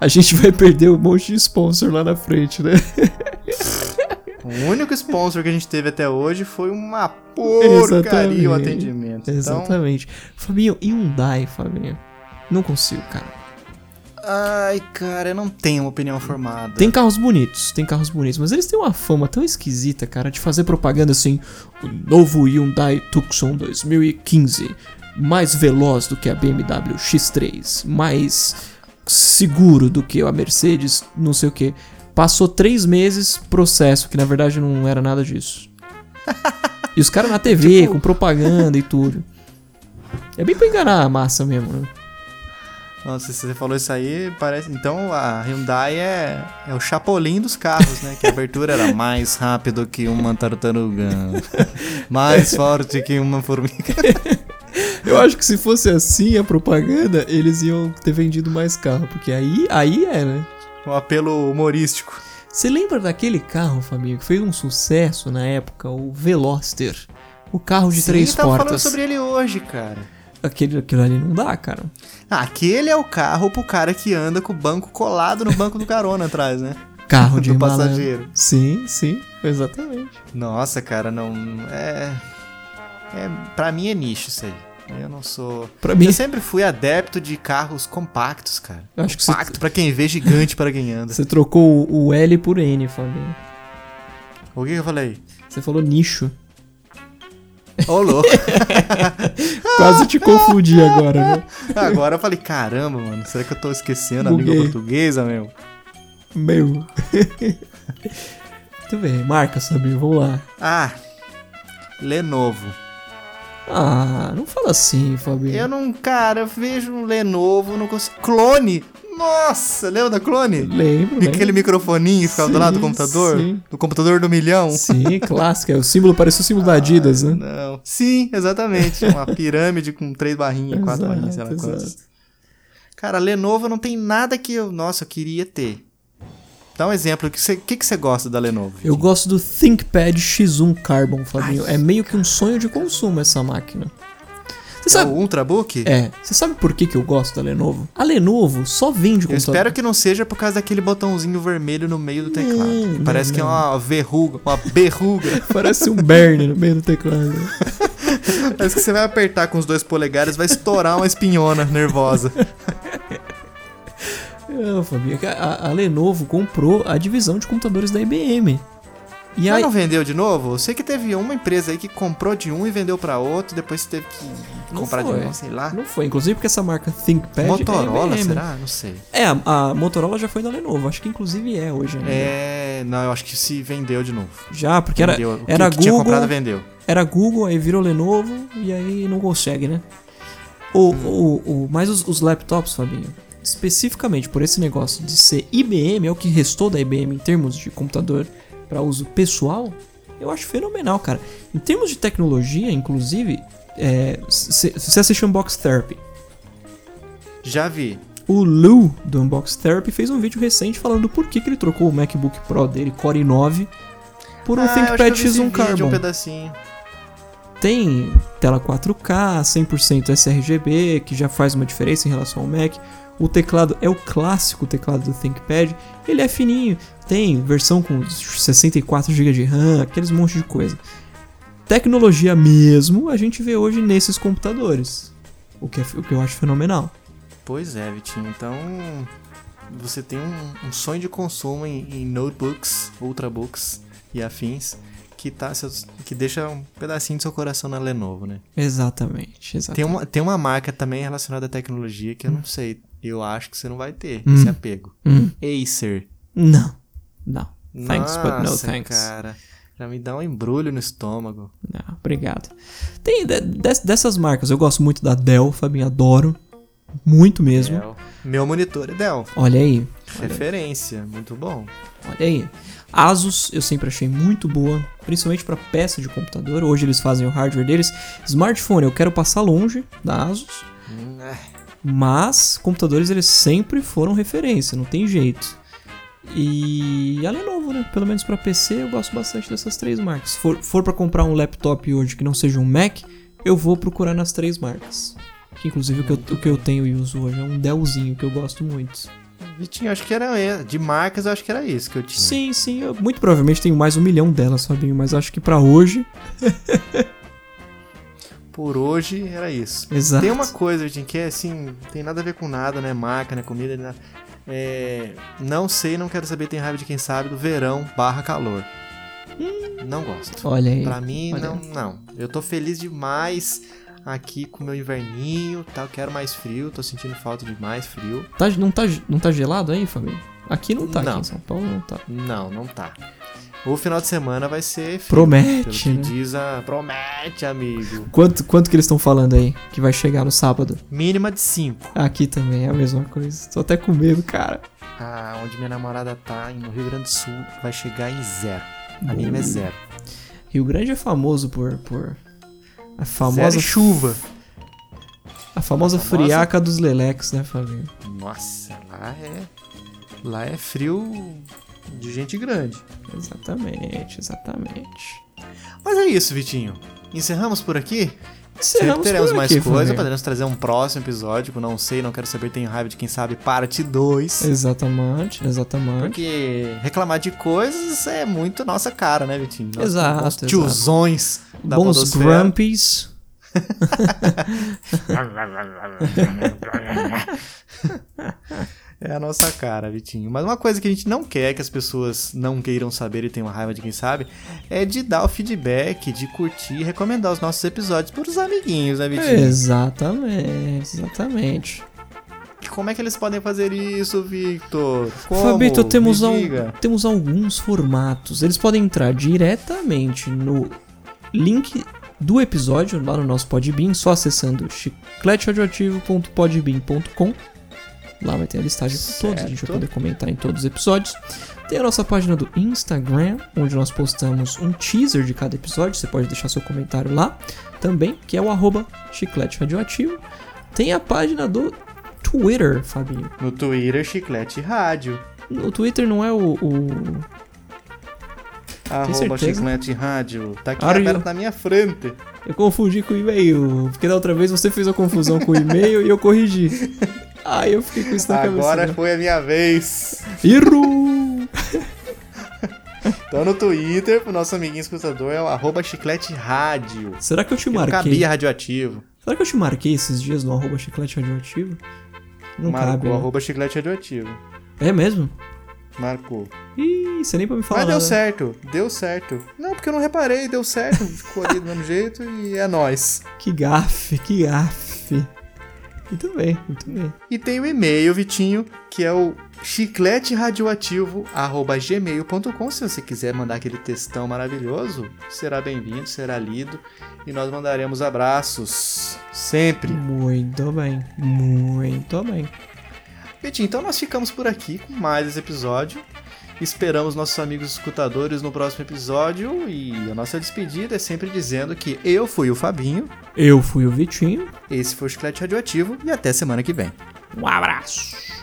Speaker 2: A gente vai perder um monte de sponsor lá na frente, né?
Speaker 1: O único sponsor que a gente teve até hoje foi uma porcaria o
Speaker 2: Exatamente.
Speaker 1: atendimento. Então,
Speaker 2: Exatamente. Fabinho, Hyundai, Fabinho. Não consigo, cara.
Speaker 1: ai, cara, eu não tenho uma opinião formada.
Speaker 2: Tem carros bonitos, tem carros bonitos, mas eles têm uma fama tão esquisita, cara, de fazer propaganda assim, o novo Hyundai Tucson 2015, mais veloz do que a BMW X3, mais seguro do que a Mercedes, não sei o que. Passou três meses processo, que na verdade não era nada disso. E os caras na TV, com propaganda e tudo. É bem pra enganar a massa mesmo, né?
Speaker 1: Nossa, se você falou isso aí, parece. Então a Hyundai é, é o chapolim dos carros, né? Que a abertura era mais rápido que uma tartaruga, mais forte que uma formiga.
Speaker 2: Eu acho que se fosse assim a propaganda, eles iam ter vendido mais carro, porque aí, aí é, né?
Speaker 1: Um apelo humorístico.
Speaker 2: Você lembra daquele carro, Fabinho, que fez um sucesso na época, o Veloster? O carro de três
Speaker 1: Sim, tava falando
Speaker 2: portas.
Speaker 1: sobre ele hoje, cara.
Speaker 2: Aquele, aquilo ali não dá, cara.
Speaker 1: Ah, aquele é o carro pro cara que anda com o banco colado no banco do carona atrás, né?
Speaker 2: Carro de
Speaker 1: Do
Speaker 2: malandro.
Speaker 1: passageiro.
Speaker 2: Sim, sim, exatamente.
Speaker 1: Nossa, cara, não. É. é pra mim é nicho isso aí. Eu não sou.
Speaker 2: Pra mim,
Speaker 1: Eu sempre fui adepto de carros compactos, cara.
Speaker 2: eu acho que você,
Speaker 1: Compacto pra quem vê, gigante pra quem anda.
Speaker 2: você trocou o o L por N, Fabinho.
Speaker 1: O que, que eu falei?
Speaker 2: Você falou nicho.
Speaker 1: Ô, louco.
Speaker 2: Quase te confundi agora, né?
Speaker 1: Agora eu falei, caramba, mano, será que eu tô esquecendo a
Speaker 2: Buguei.
Speaker 1: língua portuguesa, meu?
Speaker 2: Meu. Muito bem, marca, Fabinho, vamos lá.
Speaker 1: Ah, Lenovo.
Speaker 2: Ah, não fala assim, Fabinho.
Speaker 1: Eu não, cara, eu vejo um Lenovo, não consigo. Clone! Nossa, lembra da Clone?
Speaker 2: Lembro,
Speaker 1: E
Speaker 2: lembro.
Speaker 1: Aquele microfoninho que ficava do
Speaker 2: Sim,
Speaker 1: lado do computador?
Speaker 2: sim.
Speaker 1: Do computador do milhão?
Speaker 2: Sim, clássico. é, O símbolo parecia o símbolo da Adidas, né?
Speaker 1: Não. Sim, exatamente. Uma pirâmide com três barrinhas, quatro
Speaker 2: Exato,
Speaker 1: barrinhas, sei lá quantas.
Speaker 2: exato.
Speaker 1: Cara, Lenovo não tem nada que eu, nossa, eu queria ter. Dá um exemplo, o que você que que você gosta da Lenovo?
Speaker 2: Eu gosto do ThinkPad X1 Carbon, Fabinho. é meio que um sonho de consumo essa máquina. Você
Speaker 1: É o
Speaker 2: sabe?
Speaker 1: Ultrabook?
Speaker 2: É, você sabe por que, que eu gosto da Lenovo? A Lenovo só vende
Speaker 1: Eu
Speaker 2: computador.
Speaker 1: espero que não seja por causa daquele botãozinho vermelho no meio do teclado.
Speaker 2: Não,
Speaker 1: Parece
Speaker 2: não,
Speaker 1: que é uma verruga, uma berruga.
Speaker 2: Parece um Bernie no meio do teclado.
Speaker 1: Parece que você vai apertar com os dois polegares, vai estourar uma espinhona nervosa.
Speaker 2: Não, Fabinho, a- a, a Lenovo comprou a divisão de computadores da IBM. E
Speaker 1: Mas
Speaker 2: aí,
Speaker 1: não vendeu de novo? Eu sei que teve uma empresa aí que comprou de um e vendeu pra outro, depois teve que
Speaker 2: Não
Speaker 1: comprar de
Speaker 2: foi.
Speaker 1: novo, sei lá.
Speaker 2: não foi, inclusive porque essa marca ThinkPad é
Speaker 1: Motorola,
Speaker 2: IBM.
Speaker 1: será? Não sei.
Speaker 2: É, a, a Motorola já foi da Lenovo, acho que inclusive é hoje, né?
Speaker 1: É. Não, eu acho que se vendeu de novo.
Speaker 2: Já, porque era,
Speaker 1: Vendeu. O que
Speaker 2: era
Speaker 1: que tinha
Speaker 2: Google,
Speaker 1: comprado vendeu.
Speaker 2: era Google, aí virou Lenovo e aí não consegue, né? O,
Speaker 1: Hum.
Speaker 2: o, o, mas os, os laptops, Fabinho, especificamente por esse negócio de ser IBM, é o que restou da IBM em termos de computador para uso pessoal, eu acho fenomenal, cara. Em termos de tecnologia, inclusive, é, se- se você assistiu Unbox Therapy,
Speaker 1: Já vi.
Speaker 2: o Lou do Unbox Therapy fez um vídeo recente falando do porquê que ele trocou o MacBook Pro dele, Core i9, por um
Speaker 1: Ah, eu acho que eu
Speaker 2: ThinkPad
Speaker 1: vi esse
Speaker 2: X1
Speaker 1: vídeo,
Speaker 2: Carbon.
Speaker 1: Um pedacinho.
Speaker 2: tem tela 4K, 100% sRGB, que já faz uma diferença em relação ao Mac. O teclado é o clássico teclado do ThinkPad, ele é fininho, tem versão com 64 GB de RAM, aqueles monte de coisa. Tecnologia mesmo a gente vê hoje nesses computadores, o que, é- o que eu acho fenomenal.
Speaker 1: Pois é, Vitinho. Então, você tem um, um sonho de consumo em, em notebooks, ultrabooks e afins que, tá, seus- que deixa um pedacinho do seu coração na Lenovo, né?
Speaker 2: Exatamente, exatamente.
Speaker 1: Tem uma, tem uma marca também relacionada à tecnologia que eu não sei. Eu acho que você não vai ter
Speaker 2: Hum.
Speaker 1: esse apego.
Speaker 2: Hum,
Speaker 1: Acer.
Speaker 2: não, não. Thanks, but no
Speaker 1: Nossa,
Speaker 2: thanks.
Speaker 1: cara. Já me dá um embrulho no estômago.
Speaker 2: Não, obrigado. Tem de- des- dessas marcas, eu gosto muito da Dell, Fabinho, adoro. Muito mesmo.
Speaker 1: Dell. Meu monitor é Dell.
Speaker 2: Olha aí,
Speaker 1: Referência. Muito bom.
Speaker 2: olha aí. Asus eu sempre achei muito boa, principalmente para peça de computador. Hoje eles fazem o hardware deles. Smartphone eu quero passar longe da Asus,
Speaker 1: Hum, é.
Speaker 2: mas computadores eles sempre foram referência, não tem jeito. E a Lenovo, né? Pelo menos para PC eu gosto bastante dessas três marcas. Se for, for para comprar um laptop hoje que não seja um Mac, eu vou procurar nas três marcas. Que inclusive o que, eu, o que eu tenho e uso hoje é um Dellzinho que eu gosto muito.
Speaker 1: Hum. Vitinho, acho que era. é, De marcas, eu acho que era isso que eu tinha.
Speaker 2: Sim, sim, eu muito provavelmente tenho mais um milhão delas, Fabinho, mas acho que pra hoje.
Speaker 1: Por hoje era isso.
Speaker 2: Exato.
Speaker 1: Tem uma coisa, Vitinho, que é assim, tem nada a ver com nada, né? Marca, né? Comida, né? É, não sei, não quero saber, tem raiva de quem sabe, do verão barra calor.
Speaker 2: Hum.
Speaker 1: Não gosto.
Speaker 2: Olha aí.
Speaker 1: Pra mim,
Speaker 2: olha.
Speaker 1: não, não. Eu tô feliz demais aqui com o meu inverninho, tá? Eu quero mais frio, tô sentindo falta de mais frio.
Speaker 2: Tá- não, tá, não tá gelado aí, Fabinho? Aqui não tá, aqui
Speaker 1: Não.
Speaker 2: em São Paulo não tá.
Speaker 1: Não, não tá. O final de semana vai ser. frio,
Speaker 2: Promete,
Speaker 1: Pelo que
Speaker 2: né?
Speaker 1: diz a. Promete, amigo.
Speaker 2: Quanto, quanto que eles estão falando aí que vai chegar no sábado?
Speaker 1: Mínima de 5.
Speaker 2: Aqui também é a mesma coisa. Tô até com medo, cara.
Speaker 1: Ah, onde minha namorada tá, no Rio Grande do Sul, vai chegar em zero. A mínima é zero.
Speaker 2: Rio Grande é famoso por. por a
Speaker 1: Zero
Speaker 2: famosa.
Speaker 1: e chuva.
Speaker 2: A famosa
Speaker 1: Famosa?
Speaker 2: friaca dos Leleques, né, Fabinho?
Speaker 1: Nossa, lá é. Lá é frio de gente grande.
Speaker 2: Exatamente, exatamente.
Speaker 1: Mas é isso, Vitinho. Encerramos por aqui? Sempre
Speaker 2: Encerramos
Speaker 1: teremos
Speaker 2: por
Speaker 1: mais
Speaker 2: aqui,
Speaker 1: coisa,
Speaker 2: Fabinho.
Speaker 1: poderemos trazer um próximo episódio, com não sei, não quero saber, tenho raiva de quem sabe, parte 2.
Speaker 2: Exatamente, exatamente.
Speaker 1: Porque reclamar de coisas é muito nossa cara, né, Vitinho? Nós
Speaker 2: Exato,
Speaker 1: somos
Speaker 2: exato.
Speaker 1: tiozões da
Speaker 2: Bons
Speaker 1: podosfera.
Speaker 2: grumpies.
Speaker 1: É a nossa cara, Vitinho. Mas uma coisa que a gente não quer que as pessoas não queiram saber e tenham raiva de quem sabe é de dar o feedback, de curtir e recomendar os nossos episódios pros amiguinhos, né, Vitinho?
Speaker 2: Exatamente, exatamente.
Speaker 1: Como é que eles podem fazer isso, Victor? Como?
Speaker 2: Fabito, temos, um
Speaker 1: Me
Speaker 2: al-
Speaker 1: diga.
Speaker 2: temos alguns formatos. Eles podem entrar diretamente no link do episódio lá no nosso Podbean, só acessando chicleteaudioativo.podbean.com. Lá vai ter a listagem por todos, a gente
Speaker 1: Certo.
Speaker 2: vai poder comentar em todos os episódios. Tem a nossa página do Instagram, onde nós postamos um teaser de cada episódio. Você pode deixar seu comentário lá também, que é o arroba chiclete radioativo. Tem a página do Twitter, Fabinho.
Speaker 1: No Twitter, Chiclete Rádio.
Speaker 2: O Twitter não é o. o-
Speaker 1: Arroba
Speaker 2: certeza?
Speaker 1: Chiclete Rádio. Tá aqui
Speaker 2: Are you-
Speaker 1: aberto na minha frente.
Speaker 2: Eu confundi com o e-mail. Porque da outra vez você fez a confusão com o e-mail e eu corrigi. Aí eu fiquei com isso tá na
Speaker 1: Agora
Speaker 2: cabeça.
Speaker 1: foi a minha vez.
Speaker 2: né? Erro!
Speaker 1: Então no Twitter, pro nosso amiguinho escutador, é o arroba Chiclete Rádio.
Speaker 2: Será que eu te
Speaker 1: Que Não
Speaker 2: marquei?
Speaker 1: cabia radioativo.
Speaker 2: Será que eu te marquei esses dias no arroba chiclete radioativo? Não
Speaker 1: Marcou
Speaker 2: cabe. né?
Speaker 1: arroba Chiclete Radioativo.
Speaker 2: É mesmo?
Speaker 1: Marcou.
Speaker 2: Ih, você nem pra me falar.
Speaker 1: Mas
Speaker 2: né?
Speaker 1: deu
Speaker 2: nada.
Speaker 1: certo, deu certo. Não, porque eu não reparei, deu certo. Ficou ali do mesmo jeito e é nóis.
Speaker 2: Que gafe, que gafe. Muito bem, muito bem.
Speaker 1: E tem o e-mail, Vitinho, que é o chicleteradioativo.gmail.com. Se você quiser mandar aquele textão maravilhoso, será bem-vindo, será lido. E nós mandaremos abraços. Sempre.
Speaker 2: Muito bem, muito bem.
Speaker 1: Vitinho, então nós ficamos por aqui com mais esse episódio. Esperamos nossos amigos escutadores no próximo episódio. E a nossa despedida é sempre dizendo que eu fui o Fabinho,
Speaker 2: Eu fui o Vitinho.
Speaker 1: esse foi o Chiclete Radioativo e até semana que vem.
Speaker 2: Um abraço.